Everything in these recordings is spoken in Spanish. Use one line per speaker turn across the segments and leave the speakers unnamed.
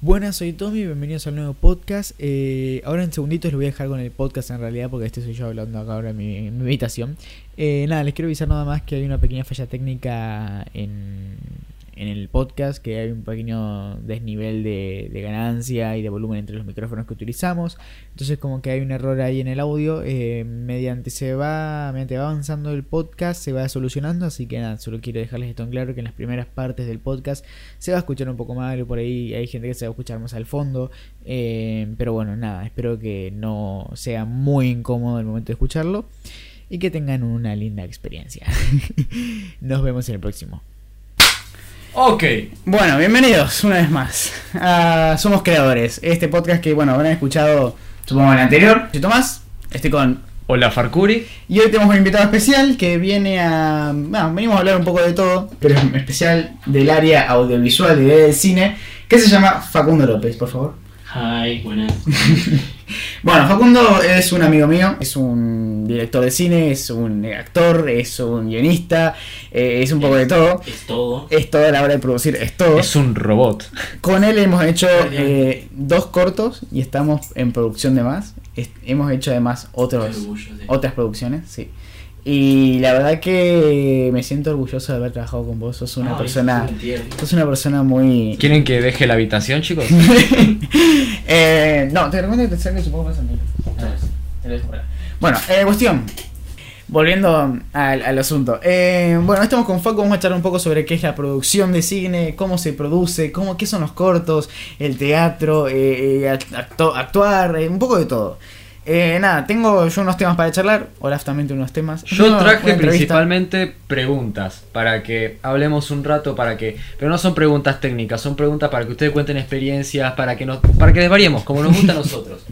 Buenas, soy Tommy, bienvenidos al nuevo podcast. Eh, ahora en segunditos les voy a dejar con el podcast en realidad, porque este soy yo hablando acá ahora en mi, en mi habitación. Eh, nada, les quiero avisar nada más que hay una pequeña falla técnica en, en el podcast, que hay un pequeño desnivel de, de ganancia y de volumen entre los micrófonos que utilizamos. Entonces como que hay un error ahí en el audio. eh, mediante se va, mediante va avanzando el podcast, se va solucionando. Así que nada, solo quiero dejarles esto en claro que en las primeras partes del podcast se va a escuchar un poco mal, por ahí hay gente que se va a escuchar más al fondo. eh, pero bueno, nada, espero que no sea muy incómodo el momento de escucharlo. Y que tengan una linda experiencia. Nos vemos en el próximo.
Ok.
Bueno, bienvenidos una vez más a Somos Creadores, este podcast que, bueno, habrán escuchado, supongo, en el anterior. Soy Tomás, estoy con...
Hola Farcuri.
Y hoy tenemos un invitado especial que viene a... Bueno, venimos a hablar un poco de todo, pero en especial del área audiovisual y del cine, que se llama Facundo López, por favor.
Hi, buenas.
Bueno, Facundo es un amigo mío, es un director de cine, es un actor, es un guionista, eh, es un poco de todo.
Es todo.
Es toda la hora de producir, es todo.
Es un robot.
Con él hemos hecho
Muy bien.
eh, dos cortos y estamos en producción de más. Es- hemos hecho además
Qué
otros,
orgullo de-
otras producciones, sí. Y la verdad que me siento orgulloso de haber trabajado con vos. Sos una
Ay,
persona.
soy un tierno.
Sos una persona muy.
¿Quieren que deje la habitación, chicos?
Eh, no, te recomiendo que te acerques un poco más al micro. Te lo dejo por acá. Bueno, eh, cuestión. Volviendo al, al asunto. Eh, bueno, estamos con Facu, vamos a charlar un poco sobre qué es la producción de cine, cómo se produce, cómo, qué son los cortos, el teatro, eh, eh, act- acto- actuar, eh, un poco de todo. Eh, nada, tengo yo unos temas para charlar, Olaf también tiene unos temas.
Yo
Una- una
traje
entrevista.
principalmente preguntas para que hablemos un rato, para que, pero no son preguntas técnicas, son preguntas para que ustedes cuenten experiencias, para que nos, para que desvariemos, como nos gusta a nosotros.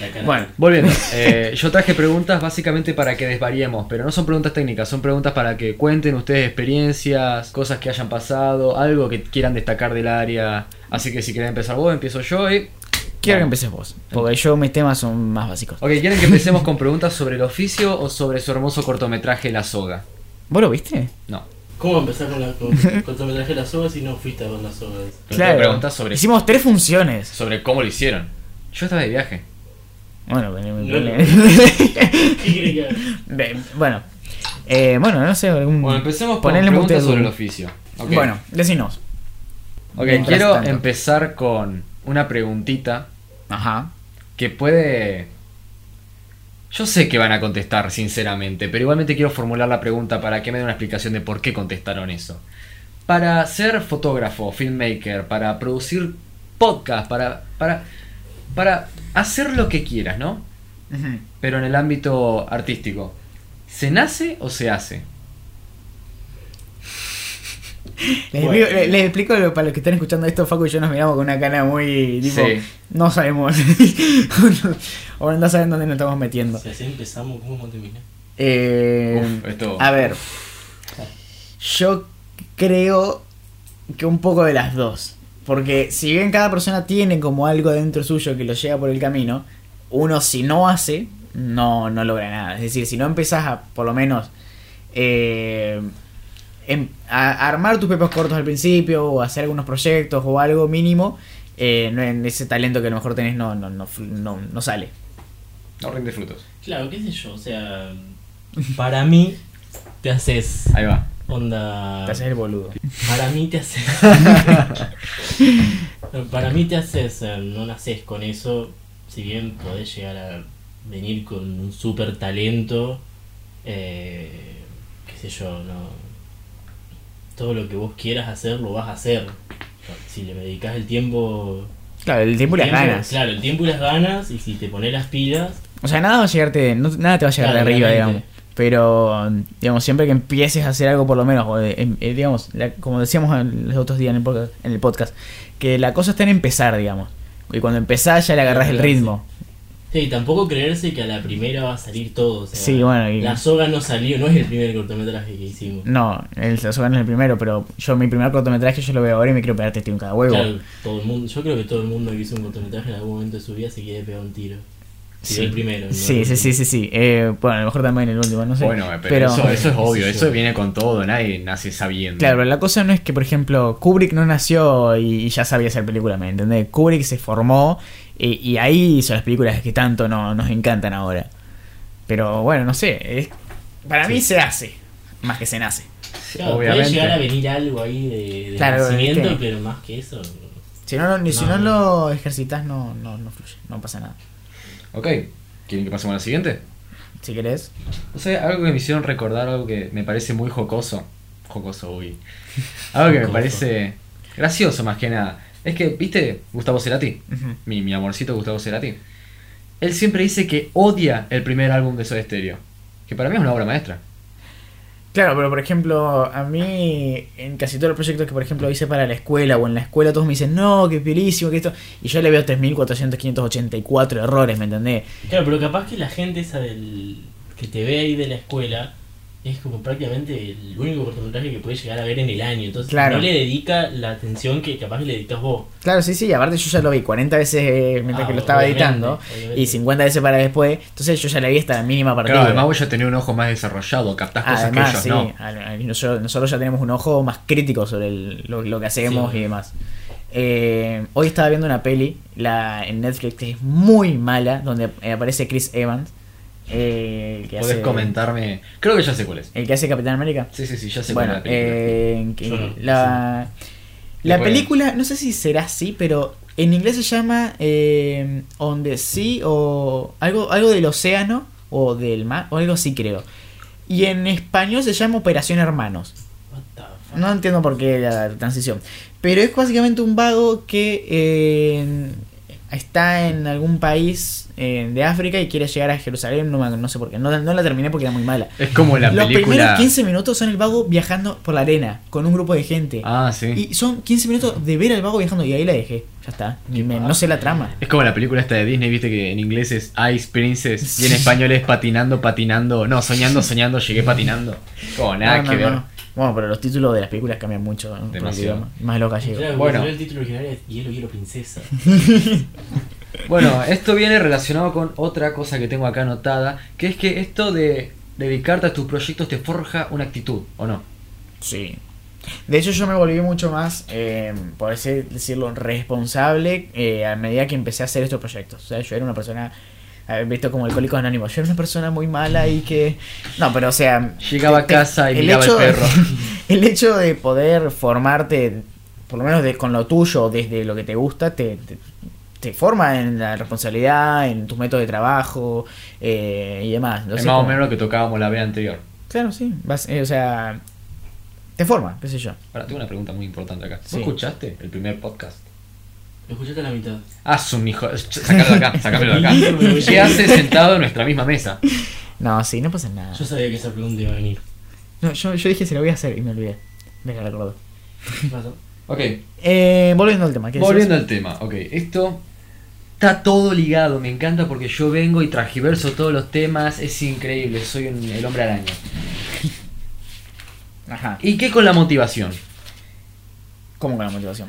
La cara.
Bueno,
Volviendo, eh, yo traje preguntas básicamente para que desvariemos, pero no son preguntas técnicas, son preguntas para que cuenten ustedes experiencias, cosas que hayan pasado, algo que quieran destacar del área. Así que si quieren empezar vos, empiezo yo y
quiero que empieces vos, porque yo mis temas son más básicos.
Ok, ¿quieren que empecemos con preguntas sobre el oficio o sobre su hermoso cortometraje La Soga?
¿Vos lo viste?
No.
¿Cómo empezar con la con, con tu traje las sogas si no fuiste con las sogas?
Pero te preguntas sobre,
Hicimos tres funciones.
sobre cómo lo hicieron. Yo estaba de viaje.
Bueno, pero-
¿Qué querés que haga?
Ve- bueno, eh, bueno, no sé. algún-
Bueno, empecemos con
ponele
preguntas
mute
sobre el
algún-
oficio. Ok.
Bueno, decinos.
Ok,
mientras
quiero
tanto.
empezar con una preguntita
Ajá.
que puede... Yo sé que van a contestar, sinceramente, pero igualmente quiero formular la pregunta para que me den una explicación de por qué contestaron eso. Para ser fotógrafo, filmmaker, para producir podcast, para, para, para hacer lo que quieras, ¿no?
Ujú.
Pero en el ámbito artístico, ¿se nace o se hace?
Les,
Bueno.
explico, le- les explico lo- para los que están escuchando esto, Facu y yo nos miramos con una cara muy tipo,
Sí.
no sabemos. o no saben dónde nos estamos metiendo.
Si así empezamos, ¿cómo vamos a terminar?
Eh,
Uf, esto-
A ver. Yo creo que un poco de las dos. Porque si bien cada persona tiene como algo dentro suyo que lo lleva por el camino, uno si no hace, no, no logra nada. Es decir, si no empezás a, por lo menos, eh, em- a- a armar tus propios cortos al principio, o hacer algunos proyectos, o algo mínimo, eh, no- en ese talento que a lo mejor tenés no, no, no, flu- no, no sale.
No rinde frutos.
Claro, qué sé yo, o sea, para mí te haces
Ahí va.
onda...
Te haces el boludo.
Para mí te haces... para mí te haces, eh, no naces con eso, si bien podés llegar a venir con un super talento, eh, qué sé yo, no... Todo lo que vos quieras hacer, lo vas a hacer. Si le dedicas el tiempo...
Claro, el tiempo y las
tiempo-
ganas.
Claro, el tiempo y las ganas, y si te pones las pilas,
O sea, nada va a llegarte, no- nada te va a llegar
Claro,
de arriba,
obviamente.
digamos. Pero, digamos, siempre que empieces a hacer algo por lo menos, o de- em- eh, digamos, la- como decíamos en los otros días en el, podcast, en el podcast, que la cosa está en empezar, digamos. Y cuando empezás ya le agarrás el
Claro,
ritmo.
Sí, y tampoco creerse que a la primera va a salir todo. o sea,
Sí, bueno, y-
La soga no salió, no es el primer cortometraje que hicimos.
No, el Sazuka no es el primero, pero yo mi primer cortometraje yo lo veo ahora y me quiero pegar testigo en cada huevo.
Claro, todo el mundo, yo creo que todo el mundo que hizo un cortometraje en algún momento de su vida se quiere pegar un tiro. Tiró el primero. ¿no?
Sí, sí, sí, sí, sí. Eh, bueno, a lo mejor también el último, no sé.
Bueno, pero, eso, eso es obvio, eso viene con todo, nadie nace sabiendo.
Claro, pero la cosa no es que, por ejemplo, Kubrick no nació y, y ya sabía hacer películas, ¿me entendés? Kubrick se formó eh, y ahí hizo las películas que tanto no, nos encantan ahora. Pero bueno, no sé. es- para mí se hace, más que se nace.
Claro, puede
Obviamente.
llegar a venir algo ahí de, de
Claro, este.
nacimiento,
¿viste?
pero más que eso.
Si no, lo- ni si no
No.
lo ejercitas, no, no, no fluye, no pasa nada.
Ok, ¿quieren que pasemos a la siguiente?
Si querés.
No sé, algo que me hicieron recordar, algo que me parece muy jocoso. Jocoso, uy. Algo que me
Jocoso.
parece gracioso más que nada. Es que, ¿viste? Gustavo Cerati,
Ujú.
mi, mi amorcito Gustavo Cerati. Él siempre dice que odia el primer álbum de Soda Stereo. Que para mí es una obra maestra.
Claro, pero por ejemplo, a mí en casi todos los proyectos que por ejemplo hice para la escuela o en la escuela todos me dicen, no, que pirísimo, que esto. Y yo le veo 3.484 errores, ¿me entendés?
Claro, pero capaz que la gente esa del que te ve ahí de la escuela es como prácticamente el único cortometraje que puede llegar a ver en el año. Entonces
Claro.
no le dedica la atención que capaz que le dedicas vos.
Claro, sí, sí, aparte yo ya lo vi 40 veces eh, mientras
Ah,
que lo estaba
obviamente,
editando
obviamente.
y 50 veces para después, entonces yo ya le vi hasta la mínima partida.
Claro, además voy a tener un ojo más desarrollado, captás cosas que
Además,
ellos
sí,
no.
al- al- nosotros, nosotros ya tenemos un ojo más crítico sobre el- lo, lo que hacemos
Sí.
y demás. Eh, hoy estaba viendo una peli la, en Netflix que es muy mala, donde eh, aparece Chris Evans. eh, el que
Podés
hace,
comentarme. Creo que ya sé cuál es.
El que hace Capitán América.
Sí, sí, sí, ya sé
bueno,
cuál es la película.
eh, que-
Yo no,
la,
sí.
la
Después-
película, no sé si será así, pero en inglés se llama eh, On the Sea o algo, algo del océano o del mar, o algo así creo. Y en español se llama Operación Hermanos.
What the fuck?
No entiendo por qué la transición. Pero es básicamente un vago que eh, está en algún país eh, de África y quiere llegar a Jerusalén. No, me- no sé por qué. No, la- no la terminé porque era muy mala.
Es como la
Los
película.
primeros 15 minutos son el vago viajando por la arena con un grupo de gente.
Ah, sí.
Y son 15 minutos de ver al vago viajando y ahí la dejé. Ya está. Ni me- no sé la trama.
Es como la película esta de Disney, viste que en inglés es Ice Princess y en español es patinando, patinando, no, soñando, soñando, llegué patinando. Como nada
No, no,
que
no.
ver.
Bueno, pero los títulos de las películas cambian mucho. ¿no? Por el
Demasiado.
idioma. Más loca
Claro,
gallego.
porque
Bueno.
el título original es Hielo, Hielo, Princesa.
Bueno, esto viene relacionado con otra cosa que tengo acá anotada, que es que esto de dedicarte a tus proyectos te forja una actitud, ¿o no?
Sí. De hecho, yo me volví mucho más, eh, por así decirlo, responsable eh, a medida que empecé a hacer estos proyectos. O sea, yo era una persona, eh, visto como alcohólico anónimo, yo era una persona muy mala y que... No, pero o sea...
Llegaba a casa y miraba al perro.
el hecho de poder formarte, por lo menos de- con lo tuyo, desde lo que te gusta, te, te, te forma en la responsabilidad, en tus métodos de trabajo eh, y demás.
es
Entonces,
más o
como-
menos lo que tocábamos la vez anterior.
Claro, sí. Vas- eh, o sea, te forma, qué sé yo.
Ahora, tengo una pregunta muy importante acá. ¿Vos
Sí.
escuchaste el primer podcast?
Lo escuchaste a la mitad.
Ah, su hijo. Sácalo de acá, sácamelo de acá.
Yo
¿Qué
sabía-
hace sentado en nuestra misma mesa?
No, sí, no pasa nada.
Yo sabía que esa pregunta iba a venir.
No, yo, yo dije se lo voy a hacer y me olvidé. Me la recuerdo.
¿Qué pasó?
Ok,
Eh, volviendo al tema. ¿qué decías?
Volviendo al tema, ok, esto está todo ligado, me encanta porque yo vengo y tragiverso todos los temas, es increíble, soy un- el hombre araña.
Ajá.
¿Y qué con la motivación?
¿Cómo con la motivación?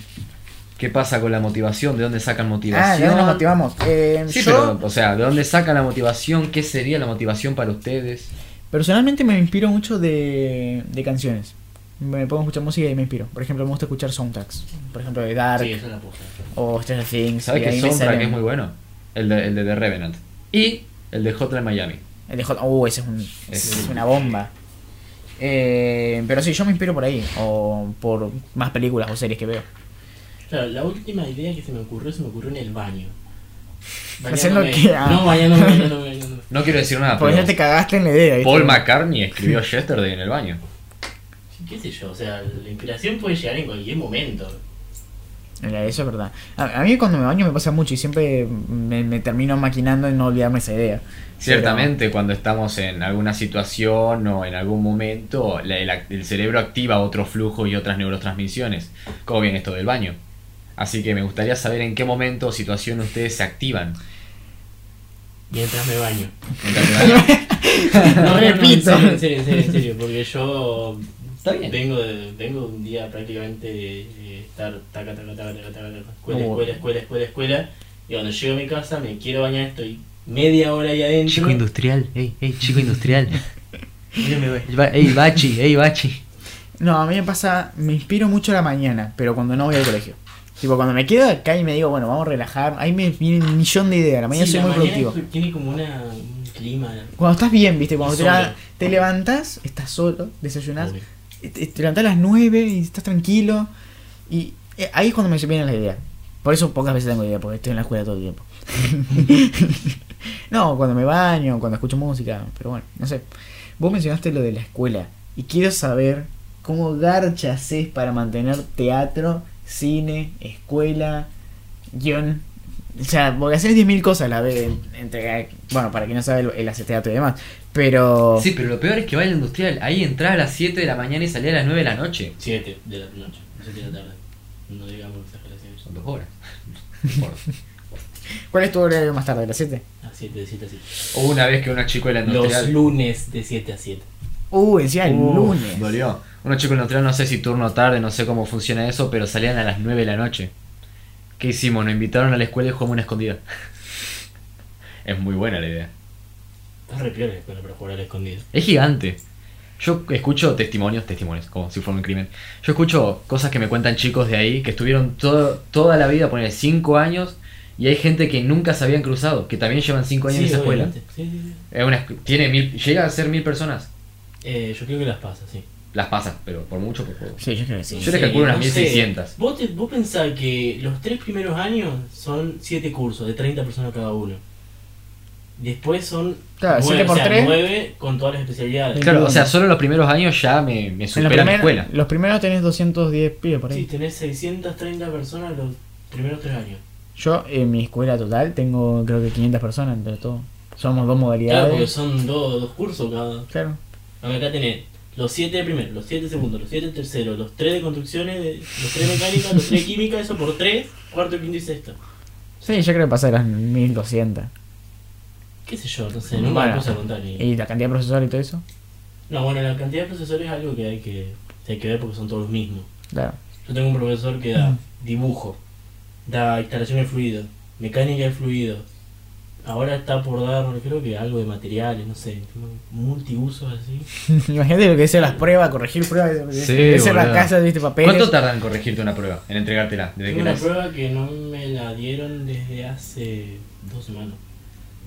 ¿Qué pasa con la motivación? ¿De dónde sacan
Ah,
motivación?
ya nos motivamos. Eh,
Sí,
yo
pero, o sea, ¿de dónde sacan la motivación? ¿Qué sería la motivación para ustedes?
personalmente me inspiro mucho de, de canciones. Me pongo a escuchar música y me inspiro. Por ejemplo, me gusta escuchar soundtracks. Por ejemplo, de Dark
Sí, esa es la posta.
o Stranger Things.
¿Sabes
y
qué
ahí me
soundtrack
salen-
es muy bueno? El de, el de The Revenant. Y el de Hotline Miami.
El de Hot- Uh, ese es, un- ese es una bomba. Eh, pero sí, yo me inspiro por ahí. O por más películas o series que veo.
Claro, la última idea que se me ocurrió, se me ocurrió en el baño.
Haciendo
Bañándome-
que- ah.
No, bañándome, bañándome, bañándome.
No quiero decir nada,
Porque
Ah, pero
ya te cagaste en la idea. ¿viste?
Paul McCartney escribió Yesterday en el baño.
¿Qué sé yo? O sea, la inspiración puede llegar en cualquier momento.
Mira, Eso es verdad. A, a mí cuando me baño me pasa mucho y siempre me, me termino maquinando en no olvidarme esa idea.
Ciertamente, cuando estamos en alguna situación o en algún momento, la- el, ac- el cerebro activa otro flujo y otras neurotransmisiones, como bien esto del baño. Así que me gustaría saber en qué momento o situación ustedes se activan.
Mientras me baño.
Mientras se bañan.
No,
Repito.
No, en serio, en serio, en serio, en serio, porque yo
Está bien.
vengo de, vengo de un día prácticamente de eh, estar taca, taca, taca, taca, taca, taca, escuela,
No.
escuela, escuela, escuela, escuela, y cuando llego a mi casa me quiero bañar, estoy media hora ahí adentro.
Chico industrial, ey, ey, chico industrial. El ba- ey, bachi, ey, bachi.
No, a mí me pasa, me inspiro mucho a la mañana, pero cuando no voy al colegio. Tipo, cuando me quedo acá y me digo, bueno, vamos a relajar, ahí me viene un millón de ideas, la mañana
Sí,
soy
la
muy
mañana
productivo.
Tiene como una, un clima.
Cuando estás bien, viste, cuando
Y
te, la-
solo.
te levantás, estás solo, desayunás,
Obvio.
te, eh, te levantás a las 9 y estás tranquilo. Y eh, ahí es cuando me viene la idea. Por eso pocas veces tengo idea, porque estoy en la escuela todo el tiempo. no, cuando me baño, cuando escucho música, pero bueno, no sé. Vos mencionaste lo de la escuela y quiero saber cómo garcha haces para mantener teatro, cine, escuela, guión. O sea, porque haces 10.000 cosas a la vez. Entre, bueno, para quien no sabe, él hace teatro y demás. Pero.
Sí, pero lo peor es que va el industrial. Ahí entrás a las 7 de la mañana y salía a las 9 de la noche.
7 de la noche, 7 de la tarde. No digamos exageraciones.
Son dos horas. No importa.
¿Cuál es tu horario más tarde? ¿Las 7?
A 7, Ah, de 7 a 7.
o una vez que una chico de la
Los
industrial.
lunes de 7 a 7.
Uh, encima el
Uf,
lunes.
Dolió. Unos chicos en Neutral, no sé si turno o tarde, no sé cómo funciona eso, pero salían a las 9 de la noche. ¿Qué hicimos? Nos invitaron a la escuela y jugamos una escondida. es muy buena la idea.
Estás re piola con para jugar al escondido.
Es gigante. Yo escucho testimonios, testimonios, como si fuera un crimen. Yo escucho cosas que me cuentan chicos de ahí que estuvieron todo, toda la vida, poner 5 años, y hay gente que nunca se habían cruzado, que también llevan 5 años en esa escuela.
obviamente. Sí, sí, sí.
Es una escu- tiene mil, llega a ser mil personas.
Eh, yo creo que las pasa, sí.
Las pasan, pero por mucho, por poco.
Sí, yo creo que sí.
Yo le calculo unas
no sé.
1600.
Vos, te- vos pensás que los tres primeros años son 7 cursos de 30 personas cada uno. Después son
Claro, siete
nueve,
por
o sea,
tres.
9 con todas las especialidades.
Claro, o sea, solo los primeros años ya me, me
En los,
supera la
primer-
escuela.
los primeros tenés 210 pibes por ahí.
Sí, tenés 630 personas los primeros 3 años.
Yo en mi escuela total tengo creo que 500 personas entre todo. Somos dos
Claro, porque
modalidades.
son dos, dos cursos cada.
Claro.
A ver, Acá tenés los 7 de primero, los 7 de segundo, los 7 de tercero, los 3 de construcciones, de- los 3 de mecánica, los 3 de química, eso por 3, cuarto, quinto y sexto.
Sí, yo creo que pasé las 1200.
¿Qué sé yo? No sé, no me
Bueno.
puse a contar ni.
Y la cantidad de profesores y todo eso.
No, bueno, la cantidad de profesores es algo que hay que, hay que ver porque son todos los mismos.
Claro.
Yo tengo un profesor que da dibujo, da instalación de fluido, mecánica de fluido. Ahora está por dar, creo que algo de materiales, no sé, multiusos así.
Imagínate lo que es hacer las pruebas, corregir pruebas.
Sí,
hacer las
boludo.
casas, viste, papeles.
¿Cuánto tardan en corregirte una prueba? En entregártela. Desde
Tengo
que
una
la
prueba que no me la dieron desde hace dos semanas.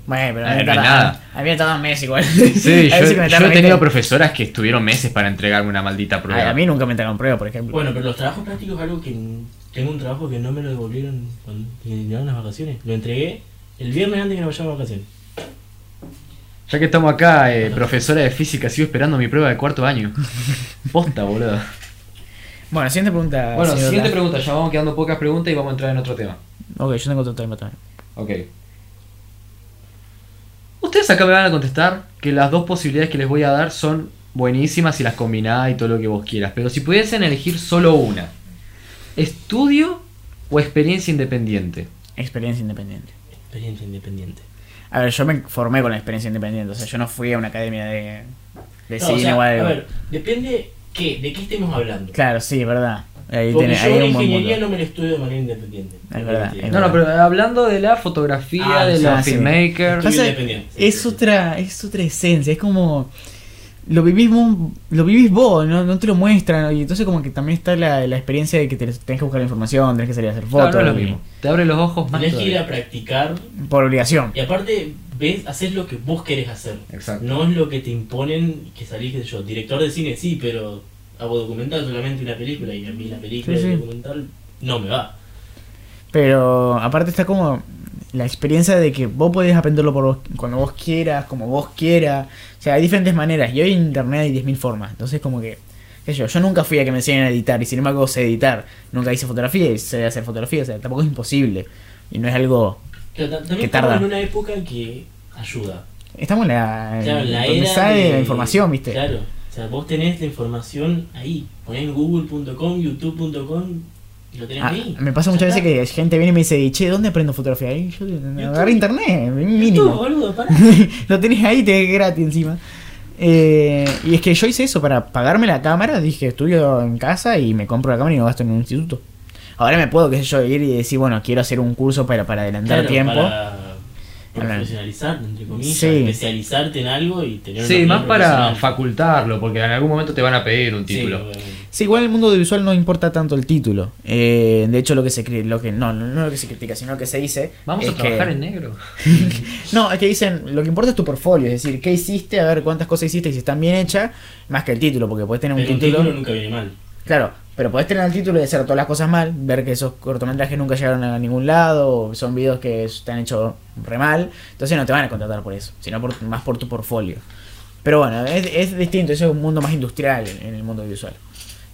Bueno, pero
Ah,
a mí me
no hay
tardan-
nada.
A mí me tardan meses igual.
Sí,
A
yo,
veces que me
yo
tardan
he tenido
20.
profesoras que estuvieron meses para entregarme una maldita prueba.
Ay, A mí nunca me entregaron pruebas, por ejemplo.
Bueno, pero los trabajos prácticos es algo que tengo un trabajo que no me lo devolvieron cuando terminaron las vacaciones. Lo entregué el viernes antes que nos vayamos a vacaciones.
Ya que estamos acá, eh, profesora de física, sigo esperando mi prueba de cuarto año. Posta, boludo.
Bueno, siguiente pregunta.
Bueno,
señor
siguiente
Blas.
pregunta. Ya vamos quedando pocas preguntas y vamos a entrar en otro tema.
Ok, yo tengo otro tema también.
Ok. Ustedes acá me van a contestar que las dos posibilidades que les voy a dar son buenísimas y las combinás y todo lo que vos quieras. Pero si pudiesen elegir solo una, ¿estudio o experiencia independiente?
Experiencia independiente.
Experiencia independiente.
A ver, yo me formé con la experiencia independiente, o sea, yo no fui a una academia de, de
No, o
cine
sea,
o
a
algo.
ver, depende qué, de qué estemos hablando.
Claro, sí, es verdad. Ahí
Porque
tiene,
yo
ahí
la
hay un buen
ingeniería
mundo.
no me la estudio de manera independiente.
Es verdad,
Estudio
es
No, no, pero hablando de la fotografía,
Ah,
de
sí,
la
sí.
filmmaker.
Pasa-
independiente. sí,
Es
sí, sí.
otra, es otra esencia, es como lo vivís vos, lo vivís vos, no, no te lo muestran, ¿no? y entonces como que también está la, la experiencia de que te, tenés que buscar la información, tenés que salir a hacer
Claro,
fotos.
no es lo
y-
mismo. Te abre los ojos más.
Tenés que ir
todavía.
a practicar
Por obligación.
y aparte ves, haces lo que vos querés hacer.
Exacto.
No es lo que te imponen y que salís, qué sé yo, director de cine sí, pero hago documental solamente una película y a mí la película
Sí,
y el
sí.
documental no me va.
Pero aparte está como la experiencia de que vos podés aprenderlo por vos, cuando vos quieras, como vos quieras. O sea, hay diferentes maneras. Y hoy en internet hay 10.000 formas. Entonces como que... Qué sé yo, yo nunca fui a que me enseñen a editar y sin embargo sé editar. Nunca hice fotografía y sé hacer fotografía. O sea, tampoco es imposible. Y no es algo...
Claro, ta-
Que
también
tarda.
estamos en una época que ayuda.
Estamos en la...
Claro, la
Eh, donde
era
sale
de-
la información, ¿viste?
Claro, o sea, vos tenés la información ahí. Ponés en google.com, youtube.com y lo tenés
Ah,
ahí.
me pasa muchas veces que gente viene y me dice, "Y, che, ¿dónde aprendo fotografía? Y yo me agarré internet, mínimo.
Tú, boludo, pará.
lo tenés ahí, te es gratis encima. Eh, y es que yo hice eso para pagarme la cámara. Dije, estudio en casa y me compro la cámara y no gasto en un instituto. Ahora me puedo, qué sé yo, ir y decir, bueno, quiero hacer un curso para, para adelantar
Claro,
tiempo.
para- profesionalizarte, entre comillas,
Sí.
especializarte en algo y tener una
Sí, más
opinión
para
profesional.
facultarlo, porque en algún momento te van a pedir un
Sí,
título.
bueno.
Sí, igual en el mundo audiovisual no importa tanto el título. Eh, de hecho, lo que se cri- lo que no, no, no lo que se critica, sino lo que se dice.
Vamos
es
a trabajar
que-
en negro.
No, es que dicen, lo que importa es tu portfolio, es decir, qué hiciste, a ver cuántas cosas hiciste y si están bien hechas, más que el título, porque podés tener un
Pero un
título.
título nunca viene mal.
Claro, pero podés tener el título y hacer todas las cosas mal, ver que esos cortometrajes nunca llegaron a ningún lado, o son videos que están hechos re mal, entonces no te van a contratar por eso, sino por, más por tu portfolio. Pero bueno, es, es distinto, eso es un mundo más industrial en, en el mundo visual.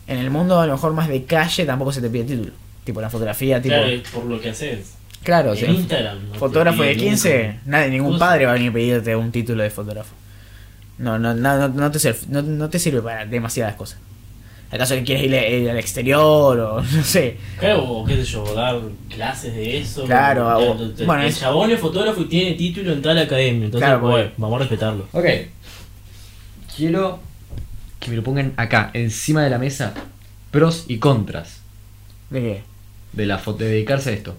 En el mundo a lo mejor más de calle tampoco se te pide título, tipo la fotografía, tipo...
Claro, es por lo que haces.
Claro,
en
sí.
Instagram. no te
Fotógrafo de
piden
15,
nunca.
nadie, ningún
Cosa.
padre va a venir a pedirte un título de fotógrafo. No, no, no, no, no te, sirve, no, no te sirve para demasiadas cosas. ¿Acaso que quieres ir, a- ir al exterior o no sé?
Claro, o qué sé yo, o dar clases de eso.
Claro,
o-
o-
el- el,
bueno,
el
es-
chabón es fotógrafo y tiene título en tal academia. Entonces,
Claro, porque-
bueno, vamos a respetarlo.
Ok. Quiero que me lo pongan acá, encima de la mesa, pros y contras
¿De qué?
de la foto, de dedicarse a esto.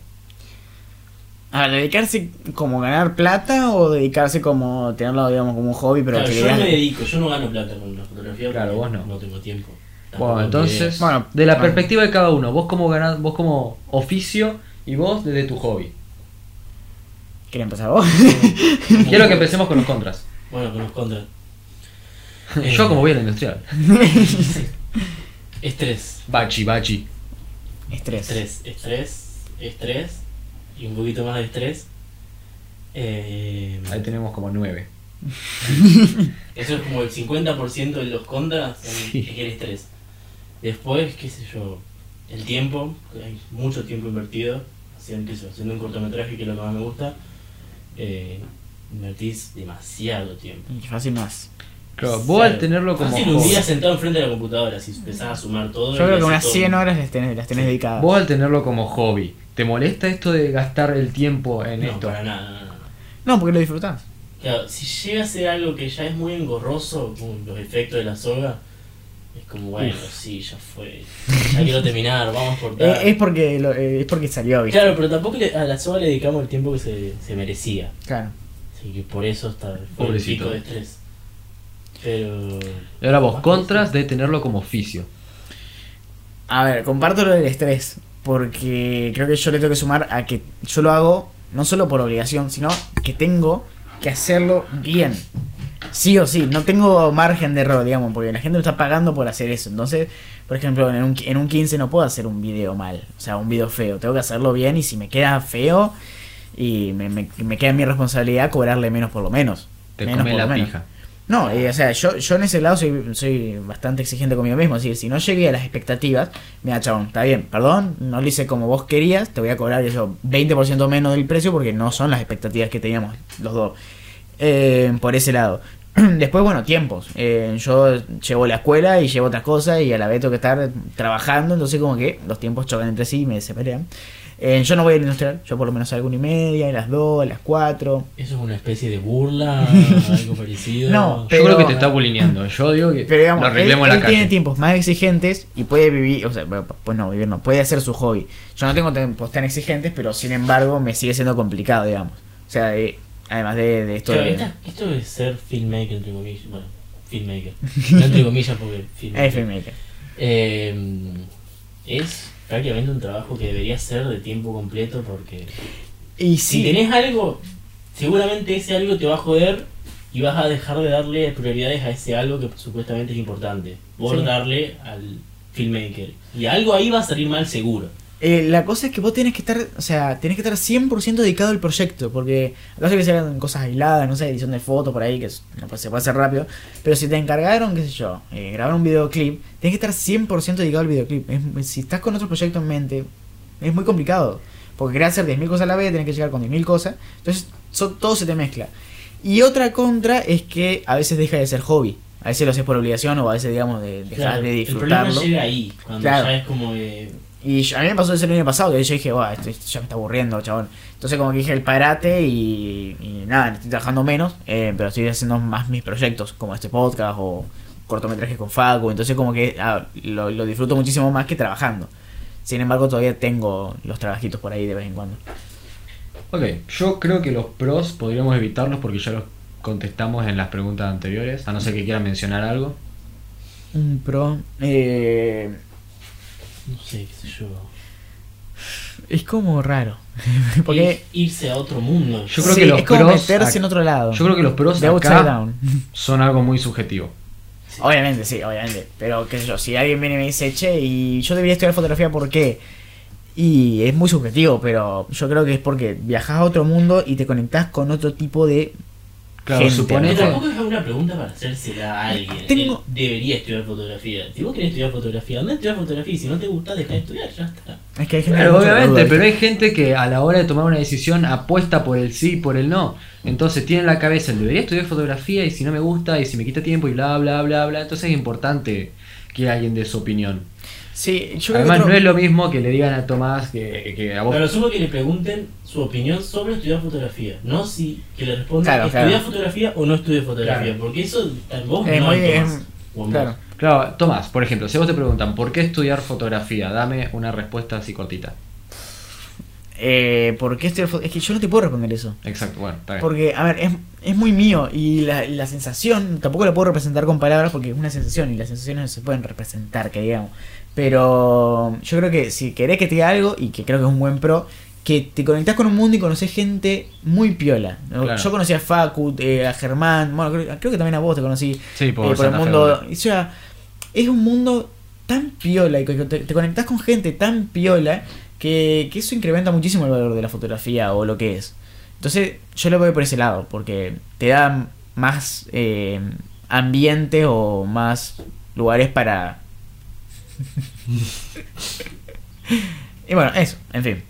A ver, dedicarse como ganar plata o dedicarse como tenerlo, digamos, como un hobby, pero
claro,
que
yo
le
no
dan-
me dedico, yo no gano plata con la fotografía.
Claro,
porque
vos no.
No tengo tiempo.
Bueno,
Tampoco
entonces,
ideas.
Bueno,
de la
bueno.
perspectiva de cada uno, vos como ganás, vos como oficio y vos desde tu hobby.
¿Querés empezar vos?
Quiero que empecemos con los contras.
Bueno, con los contras. Eh,
Yo como bien industrial.
Estrés.
Bachi, bachi.
Estrés.
Estrés, estrés, estrés. Y un poquito más de estrés. Eh,
Ahí tenemos como nueve.
Eso es como el 50% de los contras son-
Sí.
es el estrés. Después, qué sé yo, el tiempo, que hay mucho tiempo invertido, haciendo, qué sé yo, haciendo un cortometraje que es lo que más me gusta, eh, invertís demasiado tiempo.
Y Fácil más.
Claro, vos al tenerlo como
Fácil un día
hobby,
sentado enfrente de la computadora, si empezás a sumar
Yo
todo. y
creo que
haces
unas
todo.
100 horas las tenés, las tenés dedicadas.
vos al tenerlo como hobby, ¿te molesta esto de gastar el tiempo en
No,
esto?
para nada, no, no, no.
No, porque lo disfrutás.
Claro, si llega a ser algo que ya es muy engorroso, con los efectos de la soga, es como, bueno, sí, ya fue. Ya quiero terminar, vamos a cortar.
Eh, es, porque lo- eh, es porque salió, ¿viste?
Claro, pero tampoco le- a la soga le dedicamos el tiempo que se, se merecía.
Claro.
Así que por eso está fue el
Pobrecito.
pico de estrés. Pero.
Y ahora vos, contras de tenerlo como oficio.
A ver, comparto lo del estrés, porque creo que yo le tengo que sumar a que yo lo hago no solo por obligación, sino que tengo que hacerlo bien. Sí o sí, no tengo margen de error, digamos, porque la gente me está pagando por hacer eso. Entonces, por ejemplo, en un, en un 15 no puedo hacer un video mal, o sea, un video feo. Tengo que hacerlo bien y si me queda feo y me, me- me queda mi responsabilidad cobrarle menos por lo menos.
Te
Menos
come
por
la
lo menos.
pija.
No, eh, o sea, yo, yo en ese lado soy, soy bastante exigente conmigo mismo. Así que si no llegué a las expectativas, mira, chabón, está bien, perdón, no lo hice como vos querías, te voy a cobrar eso 20% menos del precio porque no son las expectativas que teníamos los dos. Eh, por ese lado. Después, bueno, tiempos. Eh, yo llevo la escuela y llevo otras cosas y a la vez tengo que estar trabajando, entonces como que los tiempos chocan entre sí y me separan. Eh, yo no voy a ir industrial, yo por lo menos salgo a una y media, a las dos, a las cuatro.
Eso es una especie de burla, algo parecido.
No.
Yo creo que
Pero-
te está bulineando. Yo digo que
Pero digamos,
lo arreglemos
él,
en
él
la
tiene
calle.
tiempos más exigentes y puede vivir, o sea, bueno, pues no, vivir no, puede hacer su hobby. Yo no tengo tiempos tan exigentes, pero sin embargo me sigue siendo complicado, digamos. O sea, de- además de, de esto
Claro,
de-
esta- esto de ser filmmaker, entre comillas. Bueno, filmmaker. No entre comillas porque.
es filmmaker.
Eh, es prácticamente un trabajo que debería ser de tiempo completo porque
Y
si
sí,
tenés algo, seguramente ese algo te va a joder y vas a dejar de darle prioridades a ese algo que supuestamente es importante. Por
Sí.
darle al filmmaker. Y algo ahí va a salir mal seguro.
eh, la cosa es que vos tenés que estar, o sea, tenés que estar 100% dedicado al proyecto, porque acaso que se hagan cosas aisladas, no sé, edición de fotos por ahí, que es- no, pues, se puede hacer rápido, pero si te encargaron, qué sé yo, eh, grabar un videoclip, tenés que estar 100% dedicado al videoclip. Es- si estás con otro proyecto en mente, es muy complicado. Porque querés hacer 10.000 cosas a la vez, tenés que llegar con 10.000 cosas. Entonces, so- todo se te mezcla. Y otra contra es que a veces deja de ser hobby. A veces lo haces por obligación o a veces, digamos, de, dejas
Claro,
de
el problema
disfrutarlo.
llega ahí, cuando
Claro.
ya es como que
Y yo- a mí me pasó eso el año pasado, que yo dije, "Buah, esto ya me está aburriendo, chabón. Entonces como que dije el parate y, y nada, estoy trabajando menos, eh, pero estoy haciendo más mis proyectos, como este podcast o cortometrajes con Facu. Entonces como que ah, lo, lo disfruto muchísimo más que trabajando. Sin embargo, todavía tengo los trabajitos por ahí de vez en cuando.
Ok, yo creo que los pros podríamos evitarlos porque ya los contestamos en las preguntas anteriores, a no ser que quieran mencionar algo.
Un pro.
Eh,
No sé, qué sé yo.
Es como raro.
Porque
Porque.
irse a otro mundo.
Yo creo
sí,
que los
es como
pros
meterse
ac-
en otro lado.
Yo creo que los pros
The Upside
acá
Down.
son algo muy subjetivo.
Obviamente, sí, obviamente. Pero qué sé yo, si alguien viene y me dice, che, y yo debería estudiar fotografía, ¿por qué? Y es muy subjetivo, pero yo creo que es porque viajas a otro mundo y te conectás con otro tipo de.
Claro,
Gente,
Pero
suponés-
tampoco es una pregunta para hacérsela a alguien.
Tengo-
Él Debería estudiar fotografía. Si vos querés estudiar fotografía, anda a estudiar fotografía. Y si no te gusta, deja de estudiar, ya está.
Es que hay gente que
Claro,
mucho
obviamente,
boludo,
pero hay gente que a la hora de tomar una decisión apuesta por el sí y por el no. Entonces tiene en la cabeza, el debería estudiar fotografía y si no me gusta y si me quita tiempo y bla, bla, bla, bla. Entonces es importante que alguien dé su opinión.
Sí, yo creo
Además,
que.
no
otro-
es lo mismo que le digan a Tomás que, que a vos.
Pero sumo que le pregunten su opinión sobre estudiar fotografía. No si que le respondan,
Claro,
¿estudiar
claro.
fotografía o no estudiar fotografía?
Claro.
Porque eso tampoco
Es
no
muy-
es Tomás,
es-
o en
Claro.
vos.
Claro, Tomás, por ejemplo, si a vos te preguntan por qué estudiar fotografía, dame una respuesta así cortita.
Eh, ¿Por qué estudiar fo- Es que yo no te puedo responder eso.
Exacto, bueno, está bien.
Porque, a ver, es, es muy mío y la, la sensación, tampoco la puedo representar con palabras porque es una sensación y las sensaciones no se pueden representar, que digamos. Pero um, yo creo que si querés que te diga algo, y que creo que es un buen pro, que te conectás con un mundo y conoces gente muy piola. ¿no?
Claro.
Yo conocí a Facu, eh, a Germán, bueno, creo, creo que también a vos te conocí
Sí, por
eh, por el
Santa Fe,
mundo.
boludo.
O sea, es un mundo tan piola y que te, te conectás con gente tan piola que, que eso incrementa muchísimo el valor de la fotografía o lo que es. Entonces, yo lo veo por ese lado, porque te da más eh, ambiente o más lugares para. y bueno, eso, en fin.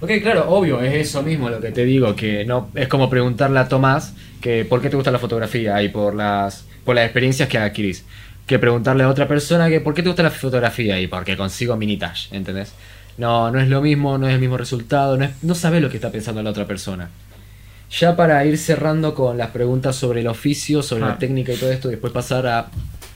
Ok, claro, obvio, es eso mismo lo que te digo, que no es como preguntarle a Tomás que por qué te gusta la fotografía y por las por las experiencias que adquirís, que preguntarle a otra persona que por qué te gusta la fotografía y porque consigo minitage, ¿entendés? No, no es lo mismo, no es el mismo resultado, no, es- no sabes lo que está pensando la otra persona. Ya para ir cerrando con las preguntas sobre el oficio, sobre la
Ah.
técnica y todo esto, después pasar a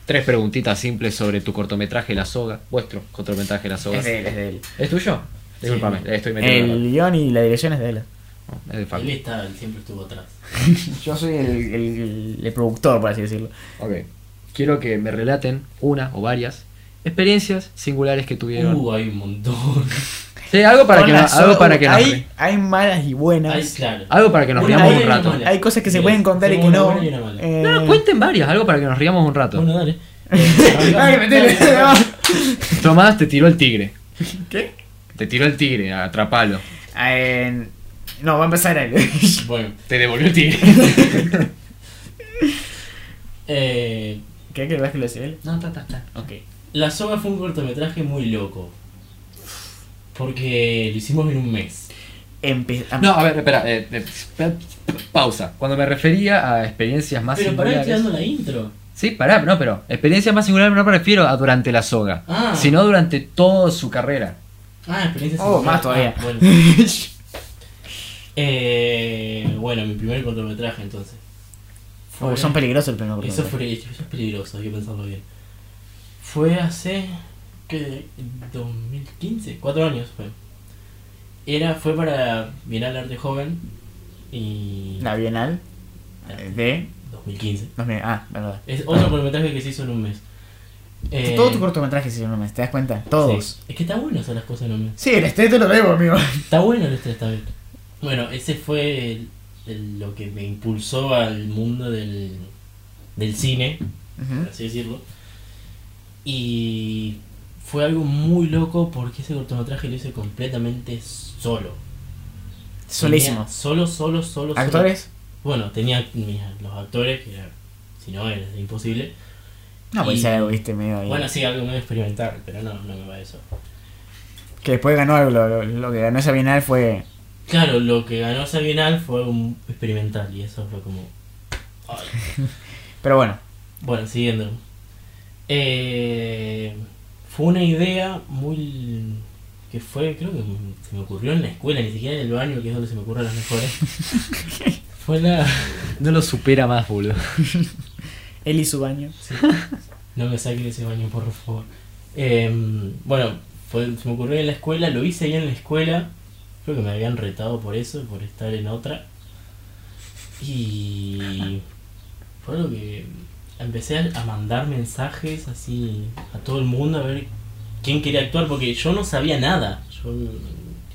tres preguntitas simples sobre tu cortometraje La Soga, vuestro cortometraje La Soga.
Es de él, es de él.
¿Es tuyo?
Sí.
Disculpame, estoy metiendo. la
El guión y la dirección es de él.
pata. No, es de Facu.
Él está, él siempre estuvo atrás.
Yo soy el, el- el productor, por así decirlo.
Ok. Quiero que me relaten una o varias experiencias singulares que tuvieron.
Uh, hay un montón.
Sí, algo para
Con
que,
la
nos- algo
soga-
para que nos,
hay, hay malas y buenas.
Ay, claro.
Ah,
algo para que nos
Una
riamos un
buena y una
rato.
mala.
Hay cosas que se
Bien,
pueden contar y que
tenemos una
no.
buena y una mala. pues.
Eh,
No, no, cuenten varias, algo para que nos riamos un rato.
Bueno, dale.
Ay, metele.
Tomás te tiró el tigre.
¿Qué?
Te tiró el tigre, atrapalo.
Eh, no, va a empezar él.
Bueno,
Te devolvió el tigre.
eh,
¿Qué que vas que lo decía él?
No, está, está, está.
Ok.
La Soga fue un cortometraje muy loco. Porque lo hicimos en un mes.
Empe- ah, am-
No, a ver, espera. eh, eh, pa- pausa. Cuando me refería a experiencias más
Pero pará,
singulares.
estoy dando la intro.
Sí, pará, no, pero experiencias más singulares no me refiero a durante la soga,
Ah.
sino durante toda su carrera.
Ah, experiencia
Oh,
sexual.
más todavía.
Ah, bueno. Eh, bueno, mi primer cortometraje entonces.
Oh, son peligrosos el primer
Eso
cortometraje.
fue eso es peligroso, hay que pensarlo bien. Fue hace. ¿Qué? 2015, cuatro años fue. Era, fue para Bienal Arte Joven y.
La Bienal eh, de
2015.
2000. Ah, verdad.
Es otro cortometraje que se hizo en un mes. Eh,
Todos tus cortometrajes hicieron un mes, ¿te das cuenta? Todos.
sí. Es que está bueno hacer las cosas en un mes.
Sí, el estreto lo debo, amigo.
Está bueno el estrés, está bien. Bueno, ese fue el- el- lo que me impulsó al mundo del, del cine, por
Ujú.
así decirlo. Y fue algo muy loco porque ese cortometraje lo hice completamente solo.
Solísimo.
Tenía Solo, solo, solo. solo.
¿Actores?
Bueno, tenía mis- los actores, que era- si no era imposible.
No, pues
Y-
ya lo viste medio ahí.
Bueno, sí, algo muy experimental, pero no, no me va eso.
Que después ganó algo. Lo, lo- lo que ganó esa Bienal fue.
Claro, lo que ganó esa Bienal fue un experimental y eso fue como... ay.
Pero bueno.
Bueno, siguiendo. Eh, fue una idea muy... que fue, creo que se me ocurrió en la escuela, ni siquiera en el baño, que es donde se me ocurren las mejores. fue la...
No lo supera más, boludo.
Él y su baño.
No me saquen de ese baño, por Em, favor. Eh, bueno, fue- se me ocurrió en la escuela, lo hice ahí en la escuela. Creo que me habían retado por eso, por estar en otra. Y fue lo que empecé a a mandar mensajes así a todo el mundo a ver quién quería actuar, porque yo no sabía nada. Yo no-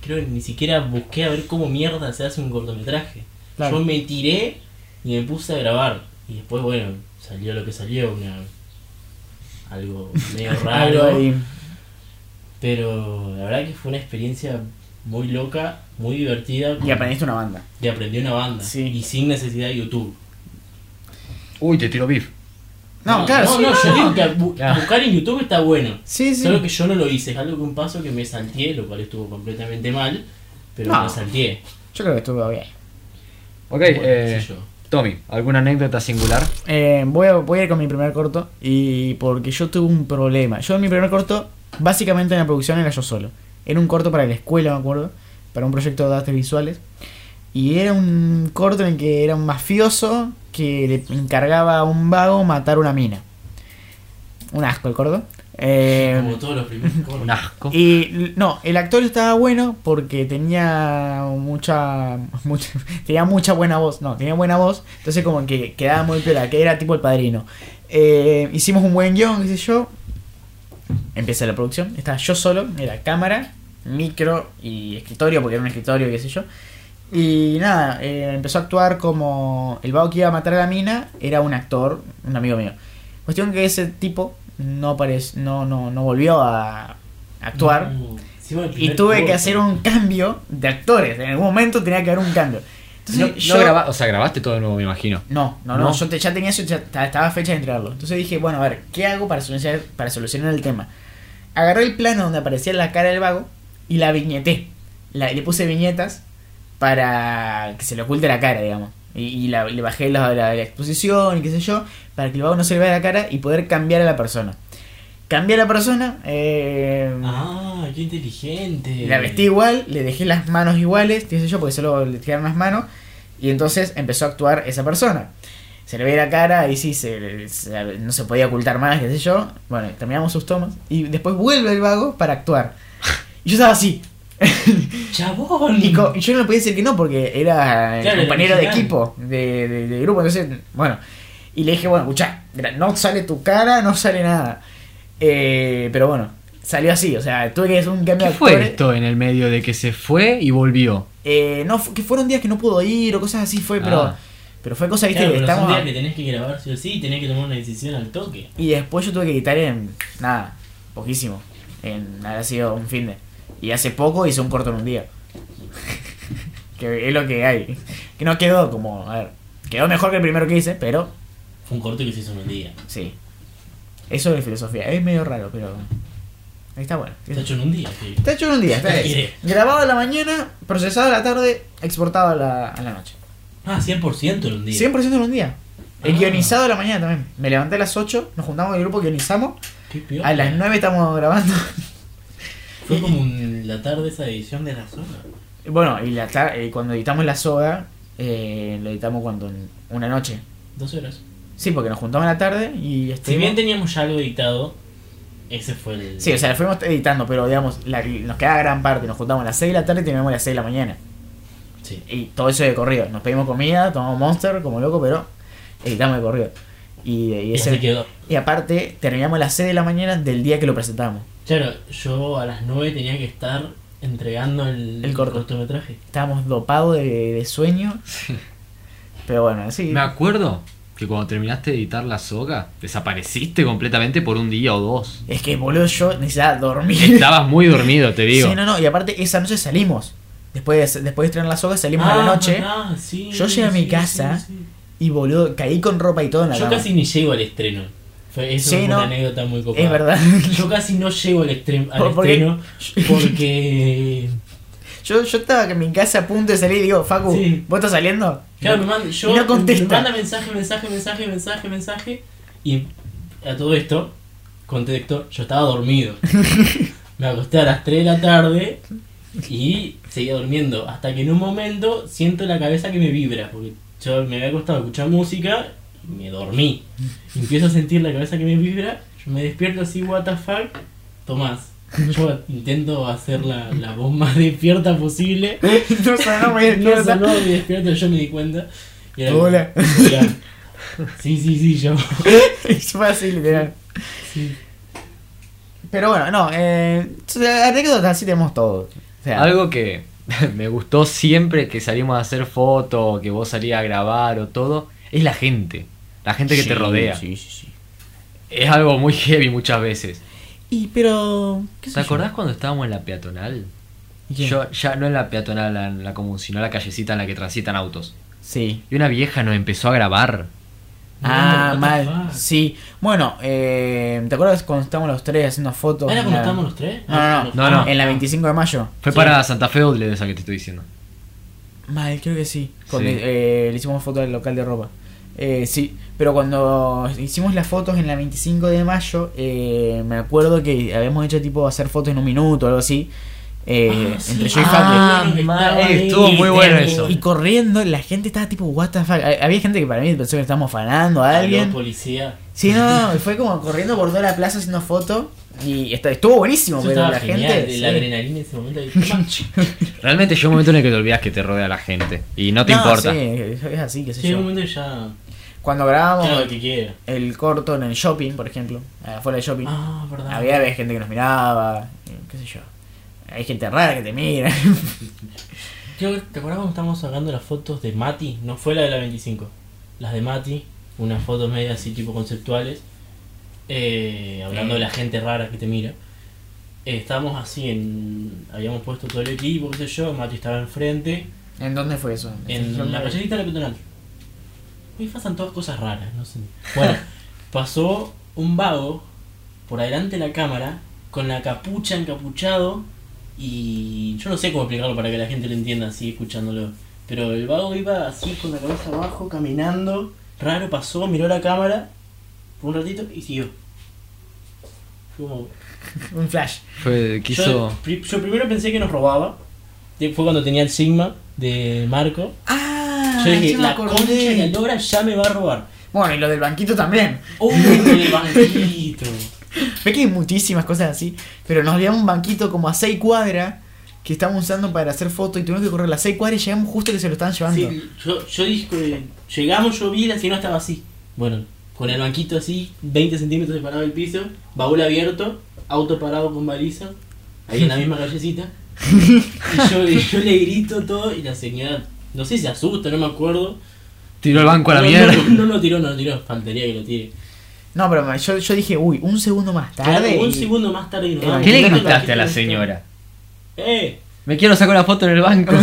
creo que ni siquiera busqué a ver cómo mierda se hace un cortometraje.
Claro.
Yo me tiré y me puse a grabar. Y después, bueno, salió lo que salió, una, algo medio
Algo
raro.
ahí.
Pero la verdad que fue una experiencia muy loca, muy divertida.
Y aprendiste una banda.
Y aprendí una banda.
Sí.
Y sin necesidad de YouTube.
Uy, te tiró beef.
No, claro,
No,
sí,
no,
no,
yo
no.
digo que bu-
Ah.
buscar en YouTube está bueno.
Sí, sí.
Solo que yo no lo hice. Es algo que un paso que me salteé, lo cual estuvo completamente mal. Pero
No.
me lo salteé.
Yo creo que estuvo bien.
Ok,
Bueno, qué
eh,
sé yo.
Tommy, ¿alguna anécdota singular?
Eh, voy, a, voy a ir con mi primer corto y porque yo tuve un problema. Yo en mi primer corto, básicamente en la producción era yo solo. Era un corto para la escuela, me acuerdo, para un proyecto de artes visuales. Y era un corto en el que era un mafioso que le encargaba a un vago matar una mina. Un asco el corto. Eh,
Como todos los primeros
Un
cortos.
asco.
y l- no, el actor estaba bueno porque tenía mucha, mucha tenía mucha buena voz, no, tenía buena voz, entonces como que quedaba muy piola, que era tipo el padrino. Eh, hicimos un buen guión, qué sé yo. Empieza la producción, estaba yo solo, era cámara, micro y escritorio, porque era un escritorio, qué sé yo. Y nada, eh, empezó a actuar como el vago que iba a matar a la mina, era un actor, un amigo mío. Cuestión que ese tipo no aparec- no, no, no volvió a actuar.
No, encima el
Y
primer
tuve que
corto.
hacer un cambio de actores. En algún momento tenía que haber un cambio. Entonces
No, no
yo.
graba- o sea, grabaste todo de nuevo, me imagino.
no, no, no,
No.
Yo te- ya tenía eso, ya ta- estaba fecha de entregarlo. Entonces dije, bueno, a ver, ¿qué hago para solucionar, para solucionar el tema? Agarré el plano donde aparecía la cara del vago y la viñeté. La- le puse viñetas para que se le oculte la cara, digamos. Y, y la- le bajé la, la- la exposición y qué sé yo, para que el vago no se le vea la cara y poder cambiar a la persona. Cambié a la persona, eh,
Ah, qué inteligente.
la vestí igual, le dejé las manos iguales, qué sé yo, porque solo le tiraron las manos. Y entonces empezó a actuar esa persona. Se le ve la cara y sí, se, se- no se podía ocultar más, qué sé yo. Bueno, terminamos sus tomas. Y después vuelve el vago para actuar. Y yo estaba así.
Chabón.
Y, co- y yo no le podía decir que no porque era el
Claro, el
compañero de
original.
equipo, de, de- de grupo. Entonces, bueno. Y le dije, bueno, escuchá, gra- no sale tu cara, no sale nada. Eh, pero bueno, salió así. O sea, tuve que hacer un cambio de
¿Qué fue
actores.
esto en el medio de que se fue y volvió?
Eh, no, fu- que fueron días que no pudo ir o cosas así, fue, pero,
Ah.
pero fue cosa, viste,
Claro,
que
pero son
estamos...
días que tenés que grabar sí o sí y tenés que tomar una decisión al toque.
Y después yo tuve que editar en, nada, poquísimo, en, habrá sido un fin de... Y hace poco hice un corto en un día. que es lo que hay. Que no quedó como, a ver, quedó mejor que el primero que hice, pero
Fue un corto que se hizo en un día.
sí. Eso es filosofía, es medio raro, pero... Está bueno.
Está hecho en un día, sí.
Está hecho en un día, está bien.
Sí.
Grabado a la mañana, procesado a la tarde, exportado a la, a la noche.
Ah, 100% en un día.
100% en un día. El
Ah.
guionizado de la mañana también. Me levanté a las 8, nos juntamos con el grupo, guionizamos.
Qué piola.
A las 9 estamos grabando.
Fue como un- la tarde esa edición de la zona.
bueno, y la tar- eh, cuando editamos la soga, eh, lo editamos cuando en una noche.
Dos horas.
Sí, porque nos juntamos a la tarde y
Si bien
estuvimos...
teníamos ya algo editado, ese fue el.
Sí, o sea, la fuimos editando, pero digamos, la- nos quedaba gran parte. Nos juntamos a las 6 de la tarde y terminamos a las 6 de la mañana.
Sí.
Y todo eso de corrido. Nos pedimos comida, tomamos Monster como loco, pero editamos de corrido. Y, y
Y
ese-
así quedó.
y aparte, terminamos a las 6 de la mañana del día que lo presentamos.
Claro, yo a las 9 tenía que estar entregando el,
El corto.
cortometraje.
Estábamos dopados de, de sueño. Pero bueno, sí.
Me acuerdo que cuando terminaste de editar la soga, desapareciste completamente por un día o dos.
Es que, boludo, yo necesitaba dormir.
Estabas muy dormido, te digo.
Sí, no, no. Y aparte, esa noche salimos. Después de, después de estrenar la soga, salimos a la
Ah,
noche.
verdad, sí,
Yo llegué a mi
sí,
casa
sí, sí.
Y, boludo, caí con ropa y todo en la
Yo
cama.
casi ni llego al estreno. Fue, eso
Sí,
es
no.
una anécdota muy copada.
Es verdad.
Yo casi no llego al, extrem- al
¿Por- por qué?
estreno porque.
Yo, yo estaba en mi casa a punto de salir y digo, Facu,
Sí.
¿vos estás saliendo?
Claro, me manda, yo,
Y no contesta.
me manda mensaje, mensaje, mensaje, mensaje, mensaje. Y a todo esto, contexto, yo estaba dormido. me acosté a las 3 de la tarde y seguía durmiendo. Hasta que en un momento siento la cabeza que me vibra. Porque yo me había acostado a escuchar música y me dormí. Empiezo a sentir la cabeza que me vibra. Yo me despierto así, what the fuck, Tomás. Yo intento hacer la, la voz más despierta posible.
no sonó muy
No
despierta.
sonó muy despierto, yo me di cuenta. Y era como,
Hola.
"Hola". Sí, sí, sí, yo.
Y Fue así, literal.
Sí.
Pero bueno, no, eh, anécdotas así tenemos todo. O sea,
Algo que me gustó siempre que salimos a hacer fotos, que vos salías a grabar o todo, es la gente. La gente que
sí,
te rodea.
Sí, sí, sí.
Es algo muy heavy muchas veces.
Y pero. ¿qué sé
¿Te acordás cuando estábamos en la peatonal?
¿Quién?
Yo, ya no en la peatonal, la- en la común, sino en la callecita en la que transitan autos.
yo? Sí.
Y una vieja nos empezó a grabar.
Ah,
what the
mal.
fuck.
Sí. Bueno, eh, ¿te acuerdas cuando estábamos los tres haciendo fotos?
¿Ahora
en
cuando
la-
estábamos los tres?
No, no, no.
No, no.
En la 25 de mayo.
Fue
Sí.
para Santa Fe Odle de esa que te estoy diciendo.
Mal, creo que sí. Cuando,
Sí.
eh, le hicimos fotos al local de ropa. Eh, sí, pero cuando hicimos las fotos en la 25 de mayo, eh, me acuerdo que habíamos hecho tipo hacer fotos en un minuto o algo así. eh,
Ah, sí.
entre yo y Facu.
Ah,
Facu.
mal,
Eh, estuvo
ahí,
muy bueno
te-
eso.
Y corriendo, la gente estaba tipo, what the fuck. Ha- Había gente que para mí pensó que estábamos fanando a
Habló
alguien.
policía.
Sí, no, no, fue como corriendo por toda la plaza haciendo fotos. Y est- estuvo buenísimo,
Eso
pero
estaba
la
genial,
gente.
de
sí.
la adrenalina en ese momento. Llega
Realmente llega un momento en el que te olvidas que te rodea la gente. Y no te
No,
importa.
sí, es así, qué sé
un
yo.
momento y ya.
Cuando
Claro,
grabábamos
lo que quiera.
el corto en el shopping, por ejemplo, afuera del shopping,
Ah, verdad.
había, había gente que nos miraba, eh, qué sé yo. Hay gente rara que te mira.
Creo que- ¿Te acuerdas cuando estábamos sacando las fotos de Mati? No fue la de la 25. Las de Mati, unas fotos medias así tipo conceptuales. eh, hablando de la gente rara que te mira. Eh, estábamos así en. Habíamos puesto todo el equipo, qué sé yo. Mati estaba enfrente.
¿En dónde fue eso?
En la galletita de la peatonal. Hoy pasan todas cosas raras, no sé. Bueno, pasó un vago por adelante de la cámara con la capucha encapuchado y yo no sé cómo explicarlo para que la gente lo entienda así escuchándolo. Pero el vago iba así con la cabeza abajo, caminando, raro, pasó, miró la cámara por un ratito y siguió. Fue como-
Un flash.
Fue, quiso.
yo, pri- yo primero pensé que nos robaba, fue cuando tenía el sigma de Marco.
Ah,
Yo dije,
ya me
la concha de la
acordé.
lora ya me va a robar.
Bueno, y lo del banquito también.
¡Uy, el banquito!
Ve que hay muchísimas cosas así, pero nos llevamos un banquito como a 6 cuadras que estábamos usando para hacer fotos y tuvimos que correr las 6 cuadras y llegamos justo que se lo estaban llevando.
Sí, yo, yo dije, llegamos, yo vi, la no estaba así. Bueno, con el banquito así, 20 centímetros separado del piso, baúl abierto, auto parado con baliza, ahí en la misma callecita. Y yo, y yo le grito todo y la señora, no sé si se asusta, no me acuerdo.
Tiró el banco a la
no,
mierda.
No, no lo tiró, no lo tiró, faltaría que lo tire.
No, pero me- yo, yo dije, uy, un segundo más
Claro,
tarde.
un
y-
segundo más tarde y nos
¿Qué
vamos.
¿Qué le
Claro,
gritaste a la
banquito,
señora?
¡Eh!
Me quiero sacar una foto en el banco.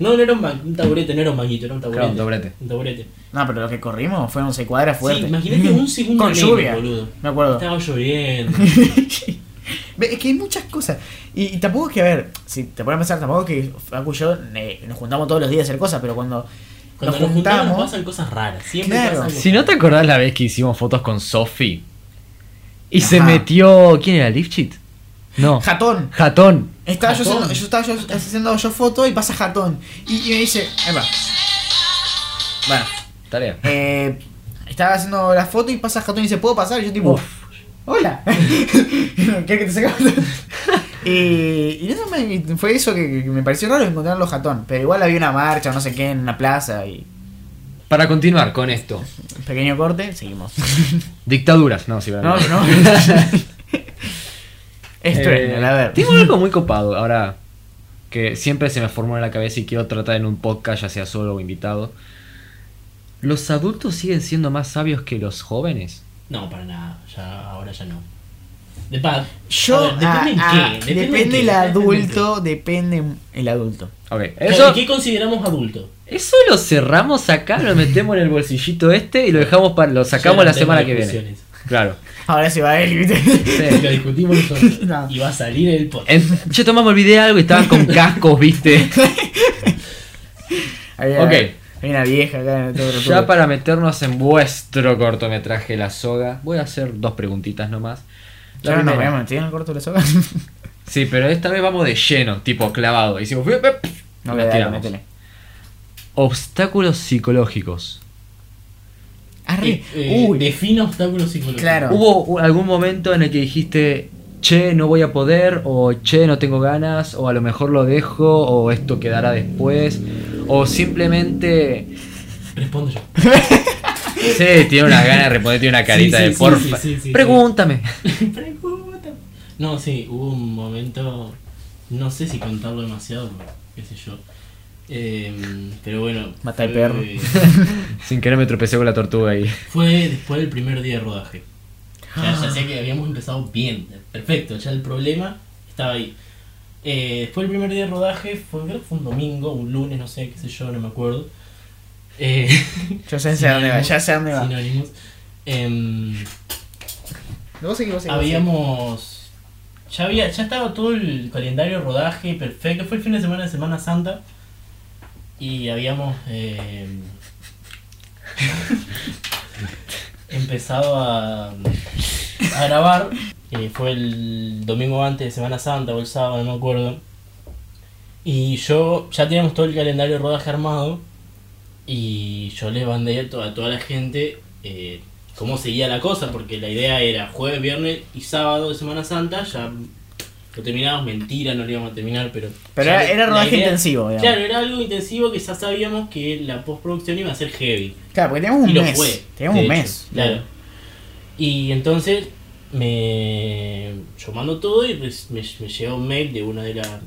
No, no era un, ban- un taburete, no era un banquito, era un taburete.
Claro, un taburete.
Un taburete.
No, pero lo que corrimos fueron 6 cuadras fuerte. Mm.
Sí, imagínate un segundo
Con
menos,
lluvia.
boludo.
Me acuerdo.
Estaba lloviendo.
Ve, Es que hay muchas cosas. Y, y tampoco es que, a ver, si te pones a pensar, tampoco es que Facu y yo eh, nos juntamos todos los días a hacer cosas, pero cuando,
Cuando nos juntamos pasan cosas raras. Siempre
Claro.
pasan
Si no te acordás la vez que hicimos fotos con Sofi y se
Ajá.
metió. ¿Quién era? ¿Lifchit? No.
Jatón.
Jatón.
Estaba yo
Jatón.
haciendo, yo estaba yo haciendo yo foto y pasa Jatón. Y, y me dice, ahí va. Bueno,
Tarea.
eh, estaba haciendo la foto y pasa Jatón y dice, ¿puedo pasar? Y yo tipo, hola. ¿Quieres que te saque foto? Y, y eso me- fue eso que, que me pareció raro encontrarlo Jatón. Pero igual había una marcha, no sé qué, en una plaza y
Para continuar con esto.
pequeño corte, seguimos.
Dictaduras. No, sí,
No,
verdad.
no. es
Eh,
Trendel, a ver.
Tengo algo muy copado ahora que siempre se me formó en la cabeza y quiero tratar en un podcast, ya sea solo o invitado. ¿Los adultos siguen siendo más sabios que los jóvenes?
No, para nada. Ya, ahora ya no. De paz.
Yo,
A ver, depende en
ah,
qué,
ah,
depende en
depende,
qué,
el
depende en
adulto, depende el adulto.
Ok,
qué.
eso,
¿Qué consideramos adulto?
eso lo cerramos acá, lo metemos en el bolsillito este y lo dejamos para. lo sacamos
Ya no
la
tengo
semana que viene.
discusiones.
Claro.
Ahora se va a él, ¿viste?
Sí.
Lo discutimos nosotros.
No.
Y va a salir el podcast.
En- yo tomá, me olvidé de algo y estaban con cascos, viste.
Había-
Ok.
Hay una vieja acá en el
Ya para meternos en vuestro cortometraje La Soga, voy a hacer dos preguntitas nomás. La
Ya no nos
primera-
vemos, ¿tienen el corto de la soga?
Sí, pero esta vez vamos de lleno, tipo clavado. Hicimos. "Bip, bip", y
No,
nos
dale,
tiramos.
métele.
Obstáculos psicológicos.
Arre,
Eh, eh,
uy,
defina obstáculos psicológicos.
Claro.
¿Hubo u- algún momento en el que dijiste che, no voy a poder, o che, no tengo ganas, o a lo mejor lo dejo, o esto quedará después, o simplemente...
Respondo yo.
Sí, tiene una gana de responder, tiene una carita
Sí, sí,
de
sí,
porfa.
sí, sí, sí,
Pregúntame.
Pregunta. No, sí, hubo un momento, no sé si contarlo demasiado, qué sé yo. Eh, pero bueno.
Mata al
fue-
perro.
Sin querer me tropecé con la tortuga ahí.
Fue después del primer día de rodaje. Ya,
Ah.
ya sé que habíamos empezado bien, perfecto, ya el problema estaba ahí. Eh, después del primer día de rodaje, fue, creo que fue un domingo, un lunes, no sé, qué sé yo, no me acuerdo. Eh,
Yo sé hacia dónde va, ya sé a dónde va.
Sinónimos. Em,
Vos seguí, vos seguí, vos seguí.
Habíamos. Ya, había, ya estaba todo el calendario de rodaje perfecto. Fue el fin de semana de Semana Santa. Y habíamos. eh, empezado a, a grabar. Eh, fue el domingo antes de Semana Santa o el sábado, no me acuerdo. Y yo. Ya teníamos todo el calendario de rodaje armado. Y yo les mandé a, to- a toda la gente. eh, cómo seguía la cosa, porque la idea era jueves, viernes y sábado de Semana Santa, ya lo terminábamos, mentira, no lo íbamos a terminar, pero...
Pero
ya
era, era
la
rodaje
idea-
intensivo, digamos.
Claro, era algo intensivo que ya sabíamos que la postproducción iba a ser heavy.
Claro, porque teníamos
y
un
lo
mes.
fue.
teníamos
de
un
hecho,
mes.
Claro. Y entonces me... Yo mando todo y pues me, me llega un mail de una de las
Los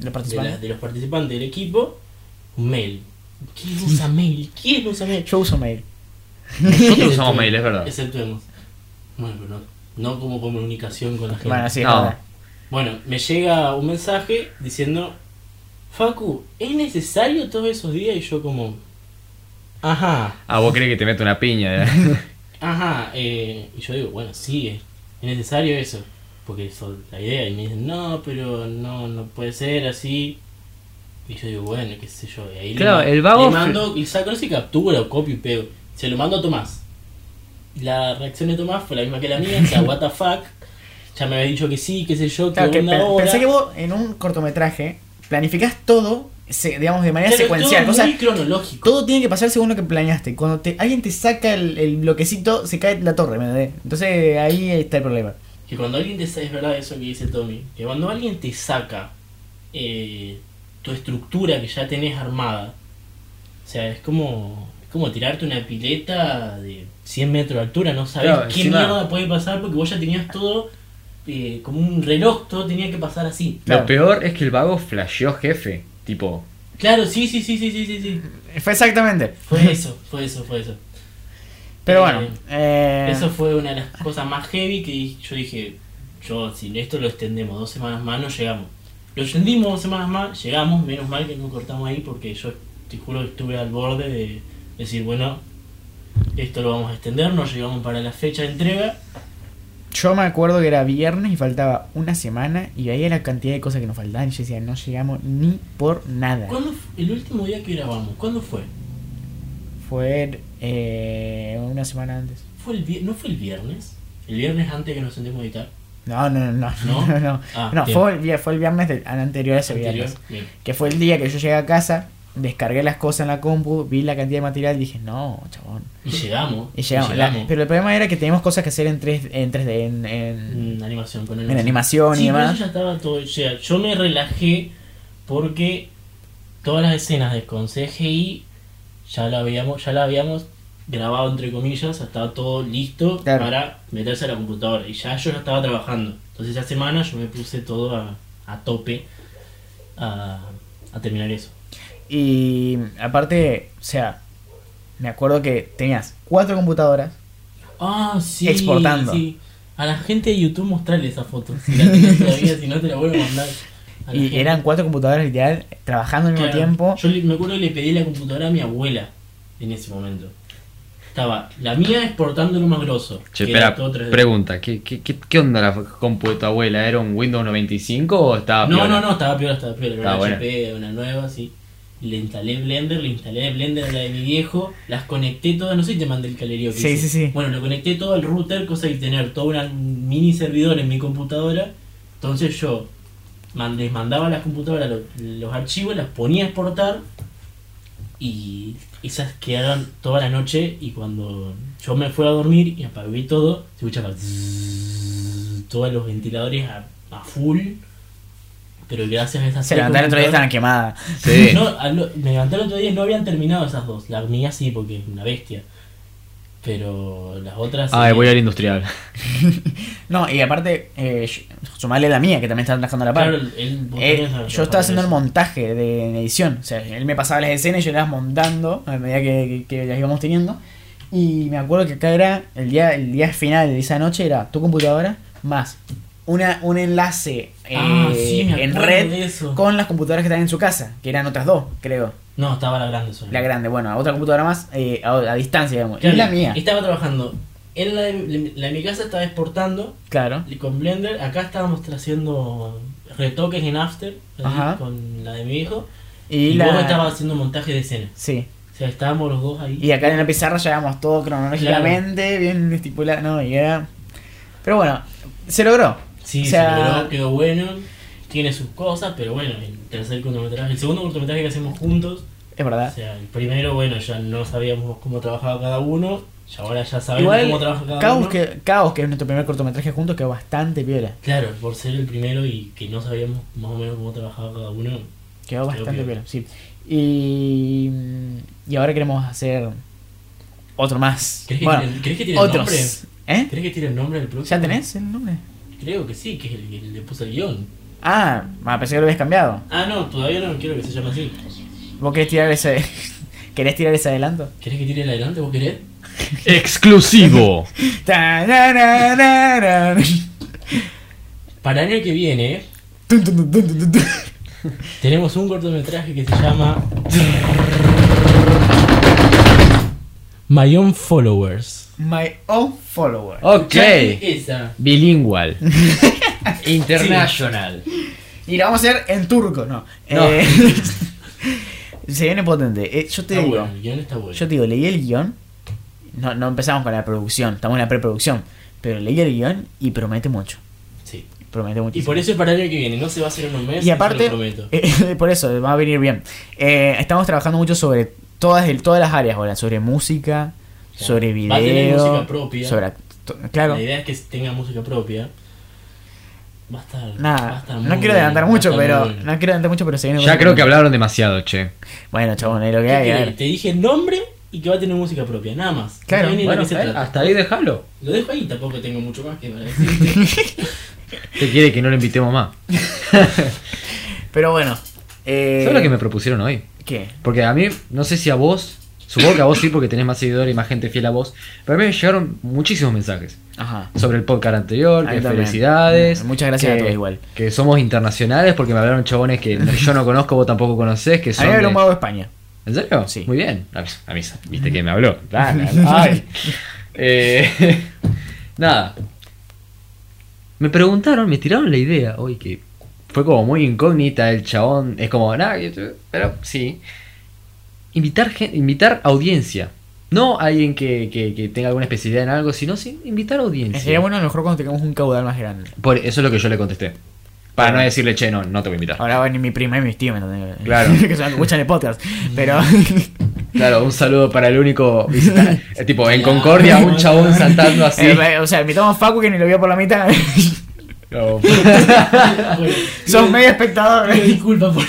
de, la-
participantes.
de los participantes del equipo. Un mail. ¿Quién usa mail? ¿Quién usa mail?
Yo uso mail.
Nosotros usamos
Exceptuemos-
mail, es verdad.
Exceptuemos. Bueno, pero no, no como comunicación con la gente.
Bueno, sí, es
No.
verdad.
Bueno, me llega un mensaje diciendo, Facu, ¿es necesario todos esos días? Y yo como, ajá,
Ah, vos crees que te mete una piña. ¿eh?
ajá. eh, y yo digo, bueno, sí, es es necesario eso. Porque eso es la idea. Y me dicen, no, pero no, no puede ser así. Y yo digo, bueno, qué sé yo. Y ahí le
Claro,
ma-
el vago-
Le mando, y saco ese captura, o copio y pego. Se lo mando a Tomás. La reacción de Tomás fue la misma que la mía, o sea, what the fuck. Ya me había dicho que sí, qué sé yo,
Claro,
que
que
onda
pe-
ahora.
pensé que vos en un cortometraje planificás todo, se- digamos, de manera
Claro,
secuencial.
todo
o sea,
muy cronológico.
todo tiene que pasar según lo que planeaste. Cuando te, alguien te saca el, el bloquecito, se cae la torre, ¿me entendés? Entonces ahí está el problema.
Que cuando alguien te saca, es verdad eso que dice Tommy, que cuando alguien te saca eh, tu estructura que ya tenés armada, o sea, es como, es como tirarte una pileta de 100 metros de altura, no sabés
Claro,
qué
encima-
mierda puede pasar porque vos ya tenías todo eh, como un reloj, todo tenía que pasar así.
Claro.
Lo peor es que el vago flasheó jefe. Tipo,
Claro, sí, sí, sí, sí, sí, sí, sí.
Fue exactamente.
Fue eso, fue eso, fue eso.
Pero
Eh,
bueno, eh,
Eso fue una de las cosas más heavy que di- yo dije, yo si esto lo extendemos dos semanas más, no llegamos. Lo extendimos dos semanas más, llegamos, menos mal que no cortamos ahí porque yo te juro que estuve al borde de decir, bueno, esto lo vamos a extender, no llegamos para la fecha de entrega.
yo me acuerdo que era viernes y faltaba una semana y veía la cantidad de cosas que nos faltaban y yo decía, no llegamos ni por nada.
¿Cuándo fu- el último día que grabamos? ¿Cuándo fue?
Fue eh, una semana antes.
¿Fue el vier- ¿No fue el viernes? ¿El viernes antes que nos sentemos a editar?
No, no, no, no,
¿No?
no, no.
Ah,
No,
bien.
fue, el, vier- fue el viernes del- al anterior a ese
Anterior,
viernes.
bien.
Que fue el día que yo llegué a casa, descargué las cosas en la compu, vi la cantidad de material y dije, no, chabón.
Y llegamos.
Y llegamos. La- pero el problema era que teníamos cosas que hacer en 3D, en, 3D, en, en-
Mm, animación, con
en animación y
Sí, pero
demás.
eso ya estaba todo. O sea, yo me relajé porque todas las escenas de con CGI ya la habíamos, ya la habíamos grabado entre comillas, ya estaba todo listo
Claro.
para meterse a la computadora. Y ya yo ya estaba trabajando. Entonces esa semana yo me puse todo a, a tope a, a terminar eso.
Y aparte, o sea, me acuerdo que tenías cuatro computadoras.
Ah, sí.
Exportando.
sí. A la gente de YouTube mostrarle esa foto. Si la tenés todavía, si no te la vuelvo a mandar. A la
Y
gente.
eran cuatro computadoras literal trabajando al mismo
Claro.
tiempo.
Yo le- me acuerdo que le pedí la computadora a mi abuela en ese momento. Estaba la mía exportando lo más grosso.
che,
que era
espera,
todo 3D.
pregunta, ¿qué, qué, qué, qué onda la compu de tu abuela? ¿Era un Windows 95 o estaba.?
No,
piola?
no, no, estaba peor, estaba peor. Era
Ah,
una
bueno.
HP, una nueva, así. Le instalé Blender, le instalé Blender a la de mi viejo, las conecté todas, no sé si te mandé el calerío que
Sí, sí,
hice.
sí.
Bueno, lo conecté todo al router, cosa de tener todo una- un mini servidor en mi computadora. Entonces yo man- les mandaba a las computadoras lo- los archivos, las ponía a exportar y esas quedaron toda la noche y cuando yo me fui a dormir y apagué todo, se escuchaba zzzz. todos los ventiladores a, a full. Pero gracias a esas
Se
serie
levantaron otro día
documental-
estaban quemadas.
Sí.
No, a lo- me levanté el otro día y no habían terminado esas dos. La hormiga sí, porque es una bestia. Pero las otras.
Ay,
eh,
voy al industrial.
No, y aparte, eh, yo- sumarle la mía, que también estaba trabajando a la par.
claro, él- vos
Eh,
tenés la-
yo
la-
estaba haciendo el montaje de en edición. O sea, él me pasaba las escenas y yo las montando a medida que, que- que las íbamos teniendo. Y me acuerdo que acá era el día, el día final de esa noche era tu computadora más una, un enlace eh,
Ah, sí, me
en
acuerdo
red
de eso.
con las computadoras que estaban en su casa, que eran otras dos, creo.
No, estaba la grande solo.
La grande, bueno, otra computadora más eh, a, a distancia, digamos.
Claro,
y la mía.
Estaba trabajando. Él la de, la de mi casa estaba exportando
Claro.
y con Blender. Acá estábamos haciendo retoques en After así,
Ajá.
con la de mi hijo.
Y,
Y, vos
la.
estabas haciendo montaje de escenas.
Sí.
O sea, estábamos los dos ahí.
Y acá en la pizarra llevamos todo cronológicamente, bien estipulado, no, y era... Pero bueno, se logró.
Sí,
o sea-
se logró, quedó bueno. Tiene sus cosas, pero bueno, el tercer cortometraje, el segundo cortometraje que hacemos juntos.
Es
O
verdad.
sea, el primero, bueno, ya no sabíamos cómo trabajaba cada uno. Y ahora ya sabemos cómo trabaja
Igual,
cada
Caos
uno.
que, Caos, que es nuestro primer cortometraje juntos, quedó bastante piola.
Claro, por ser el primero y que no sabíamos más o menos cómo trabajaba cada uno.
Quedó bastante
piola.
piola, sí. Y, y ahora queremos hacer otro más.
¿Crees que
bueno,
tiene- crees que tiene nombre?
otros. ¿Eh?
¿Crees que tiene el nombre del próximo?
¿Ya tenés el nombre?
Creo que sí, que es el que le puso el guión.
Ah, ah, pensé que lo habías cambiado.
Ah, no, todavía no quiero que se llame así.
¿Vos querés tirar ese, ¿querés tirar ese adelanto?
¿Querés que tire el adelante? ¿Vos querés?
Exclusivo.
Tarararararán.
Para el año que viene
Tun, tun, tun, tun, tun, tun.
tenemos un cortometraje que se llama My Own Followers.
My own follower.
Ok.
eh, Esa.
Bilingual. International.
Y la vamos a hacer en turco, no.
No.
Eh, se viene potente. Eh, yo te
Está
digo,
bueno, el guión está bueno.
yo te digo, leí el guión. No, no empezamos con la producción, estamos en la preproducción. Pero leí el guión y promete mucho.
Sí.
Promete mucho.
Y por eso es para el año que viene, no se va a hacer en un mes.
Y
eso
aparte,
lo prometo.
eh, por eso, va a venir bien. Eh, estamos trabajando mucho sobre todas, el- todas las áreas ahora, sobre música,
Claro.
sobre video,
Va a tener música propia.
sobre act- to- claro.
La idea es que tenga música propia. Va a estar. va a
Nada,
estar Ah, muy
no quiero
bueno,
adelantar
va a
mucho,
estar
pero
muy bueno.
no quiero adelantar mucho, pero se viene
Ya
bueno.
creo que hablaron demasiado, che.
Bueno, chabón, es lo que
¿Qué
hay, a
querés?
ver.
Te dije el nombre y que va a tener música propia, nada más.
Claro,
No sabés ni de
Bueno,
qué se
eh,
trata.
hasta ahí déjalo.
Lo dejo ahí, tampoco tengo mucho más que para decirte.
¿Qué quiere que no lo invitemos más?
Eh.
Pero bueno. Eh,
¿Sabes lo que me propusieron hoy?
¿Qué?
Porque a mí, no sé si a vos, supongo que a vos sí, porque tenés más seguidores y más gente fiel a vos, pero a mí me llegaron muchísimos mensajes
Ajá.
sobre el podcast anterior,
A mí
que
también.
felicidades.
Mm, muchas gracias
que-
a todos igual.
Que somos internacionales, porque me hablaron chabones que yo no conozco, vos tampoco conocés, que
A
son.
mí me habló
de-
un mago de España.
¿En serio?
Sí.
Muy bien. A mí, a mí, viste que me habló. Dale, ay. Eh, nada. Me preguntaron, me tiraron la idea hoy que fue como muy incógnita el chabón. Es como, nada, yo te- pero sí. Invitar, gen- invitar audiencia. No alguien que, que- que tenga alguna especialidad en algo, sino sí, invitar audiencia.
Sería bueno a lo mejor cuando tengamos un caudal más grande.
Por- eso es lo que yo le contesté. Para no decirle, che, no, no te voy a invitar.
Ahora van ni mi prima y mis tíos, ¿me entendés?
Claro.
que son los que escuchan el podcast.
Mm.
Pero.
Claro, un saludo para el único visitante. Eh, tipo, en Concordia, un chabón saltando así.
eh, o sea, invitamos a Facu que ni lo vio por la mitad.
No.
Bueno,
Son
pido-
medio espectador.
pido Disculpas por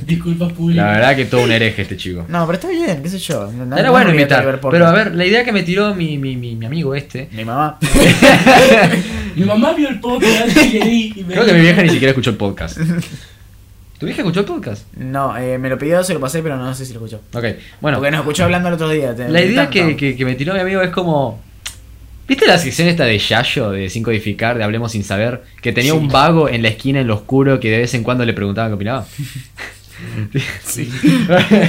Disculpas públicas.
La verdad que todo un hereje este chico.
No, pero está bien, qué sé yo. No,
Era
no me
bueno
voy a tener que
invitar.
ver podcast.
Pero a ver, la idea que me tiró mi, mi, mi, mi amigo este.
Mi mamá.
Mi mamá vio el podcast y le di. y me
Creo que
dijo-
mi vieja ni siquiera escuchó el podcast. ¿Tu vieja escuchó el podcast?
No, eh, me lo pidió, se lo pasé, pero no sé si lo escuchó.
Ok, bueno.
Porque nos escuchó hablando el otro día. te-
La idea
tanto.
que, que, que me tiró mi amigo es como. ¿Viste la sección esta de Yayo, de Sin Codificar, de Hablemos Sin Saber? Que tenía un vago en la esquina, en lo oscuro, que de vez en cuando le preguntaban qué opinaba. sí.
¿Qué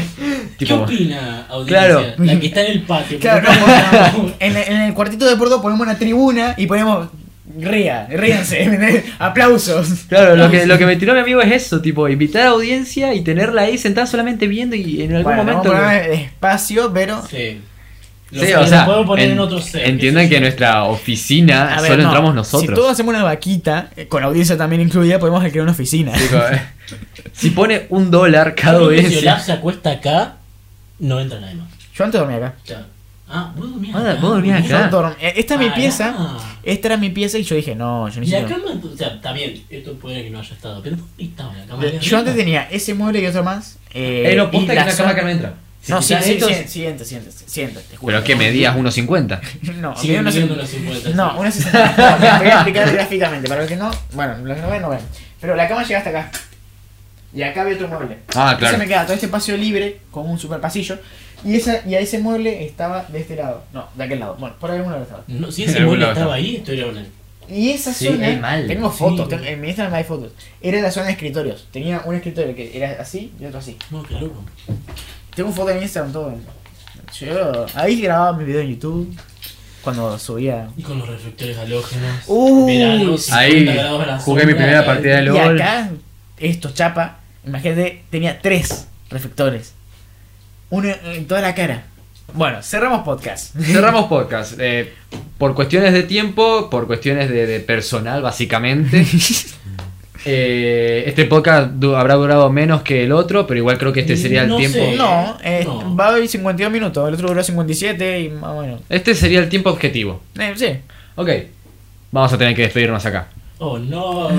Tipo,
opina, audiencia?
Claro.
La que está en el patio.
Claro,
porque-
no, porque en, en el cuartito de Porto ponemos una tribuna y ponemos ría, ríanse, ¿me entendés? aplausos.
Claro, lo que, lo que me tiró mi amigo es eso, tipo, invitar a audiencia y tenerla ahí sentada solamente viendo y en algún
Bueno,
momento...
vamos a poner espacio, pero
Sí. Lo
Sí,
sé,
o
lo
sea,
puedo poner en,
en-
otro set,
entiendan
qué sé
que
yo.
nuestra oficina
A ver,
Ah, solo
no,
entramos
Si
nosotros.
todos hacemos una vaquita eh, con audiencia también incluida, podemos crear una oficina.
Tipo, eh, si pone un dólar cada
Yo creo que Si
vez...
Olaf se acuesta acá, no entra nadie más.
Yo antes dormía acá.
Claro. Ah, vos dormías
Ah, vos dormías
mirá.
acá.
Yo dorm- eh, Esta es mi
Pará.
pieza. Esta era mi pieza y yo dije, no, yo
Ah, Y la
necesito.
cama, o sea, está bien, esto puede que no haya estado, pero ¿dónde estaba la cama? de
Yo antes
arriba?
tenía ese mueble y otro más. Eh,
Eh,
y
no, posta que
la
la
zona-
cama que no entra.
No, sí,
quitás
sí,
estos-
sí, siéntate, siéntate, siéntate, te juro.
Pero que medías 1.50.
No,
Sigue
había unos-
midiendo los 50,
No,
sí.
una 60. No, te voy a explicar gráficamente. Para los que no, bueno, los que no ven, no ven. Pero la cama llega hasta acá. Y acá había otro mueble.
Ah,
Entonces
claro.
me queda todo este espacio libre con un super pasillo. Y, esa, y a ese mueble estaba de este lado. No, de aquel lado. Bueno, por alguna lado estaba.
No, si
En
ese
algún
mueble
lado
estaba ahí, esto era una.
Y esa
Sí,
zona.
hay mal.
Tengo fotos,
Sí.
tengo- en mi Instagram hay fotos. Era la zona de escritorios. Tenía un escritorio que era así y otro así.
No, claro.
Tengo fotos en Instagram todo. Yo ahí grababa mi video en YouTube. Cuando subía.
Y con los reflectores halógenos.
Uh,
verano, 50
Ahí
grados a la
jugué mi
sombra,
primera
la-
partida de
Y
LOL.
acá, esto, chapa, imagínate, tenía tres reflectores. Uno en toda la cara. Bueno, cerramos podcast.
Cerramos podcast. eh, por cuestiones de tiempo, por cuestiones de, de personal, básicamente. Eh, este podcast du- habrá durado menos que el otro, pero igual creo que este sería el
No
tiempo.
sé.
Mm, No, eh,
No.
va a haber 52 minutos, el otro duró 57 y más o menos.
Este sería el tiempo objetivo.
Eh, sí.
Ok. Vamos a tener que despedirnos acá.
Oh, no.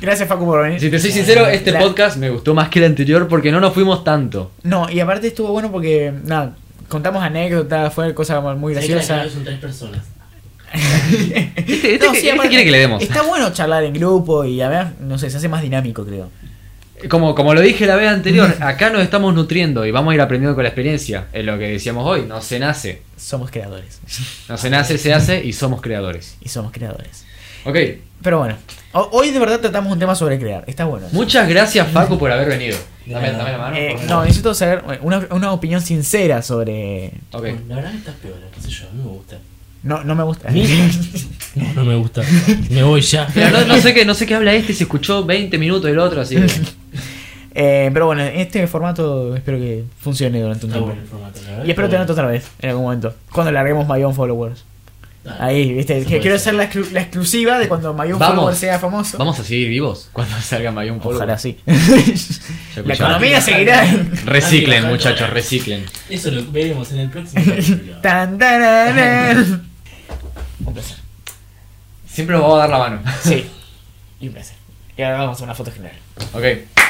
Gracias Facu por venir.
Si te soy sincero, este
La-
podcast me gustó más que el anterior porque no nos fuimos tanto.
No, y aparte estuvo bueno porque, nada, contamos anécdotas, fue cosa muy
Sé que la
graciosa.
clave son tres personas.
Este, este-
No, sí,
este
aparte,
quiere que le demos.
Está bueno charlar en grupo y a ver, no sé, se hace más dinámico, creo.
Como, como lo dije la vez anterior, acá nos estamos nutriendo y vamos a ir aprendiendo con la experiencia. Es lo que decíamos hoy, no se nace.
Somos creadores.
No se nace, se hace y somos creadores.
Y somos creadores.
Ok,
Pero bueno, ho- hoy de verdad tratamos un tema sobre crear. Está bueno.
muchas gracias Facu por haber venido. Dame, dame la mano.
Eh,
por
no,
favor.
necesito saber bueno, una, una opinión sincera sobre.
Ok.
Bueno, la verdad que está peor, qué sé yo, no me gusta.
No, no me gusta.
No, no me gusta. Me voy ya.
Pero no, no sé qué, no sé qué habla este, se escuchó 20 minutos el otro, así que...
Eh, pero bueno, este formato espero que funcione durante un
Está
tiempo.
bueno el formato, la verdad.
Y espero
está
tenerte otra vez en algún momento. Cuando larguemos My Own Followers.
bueno. Dale.
Ahí, viste.
Eso
Que
puede
quiero
ser.
hacer la, exclu- la exclusiva de cuando My Own
Vamos.
Followers sea famoso.
Vamos a seguir vivos cuando salga Mayón Polvo.
Ojalá sí. la
Ya escucharon.
economía seguirá.
Reciclen, muchachos, reciclen.
Eso lo veremos en el próximo capítulo.
Tan, tararán. un placer.
Siempre nos vamos a dar la mano.
Sí. Y un placer. Y ahora vamos a una foto general.
Ok.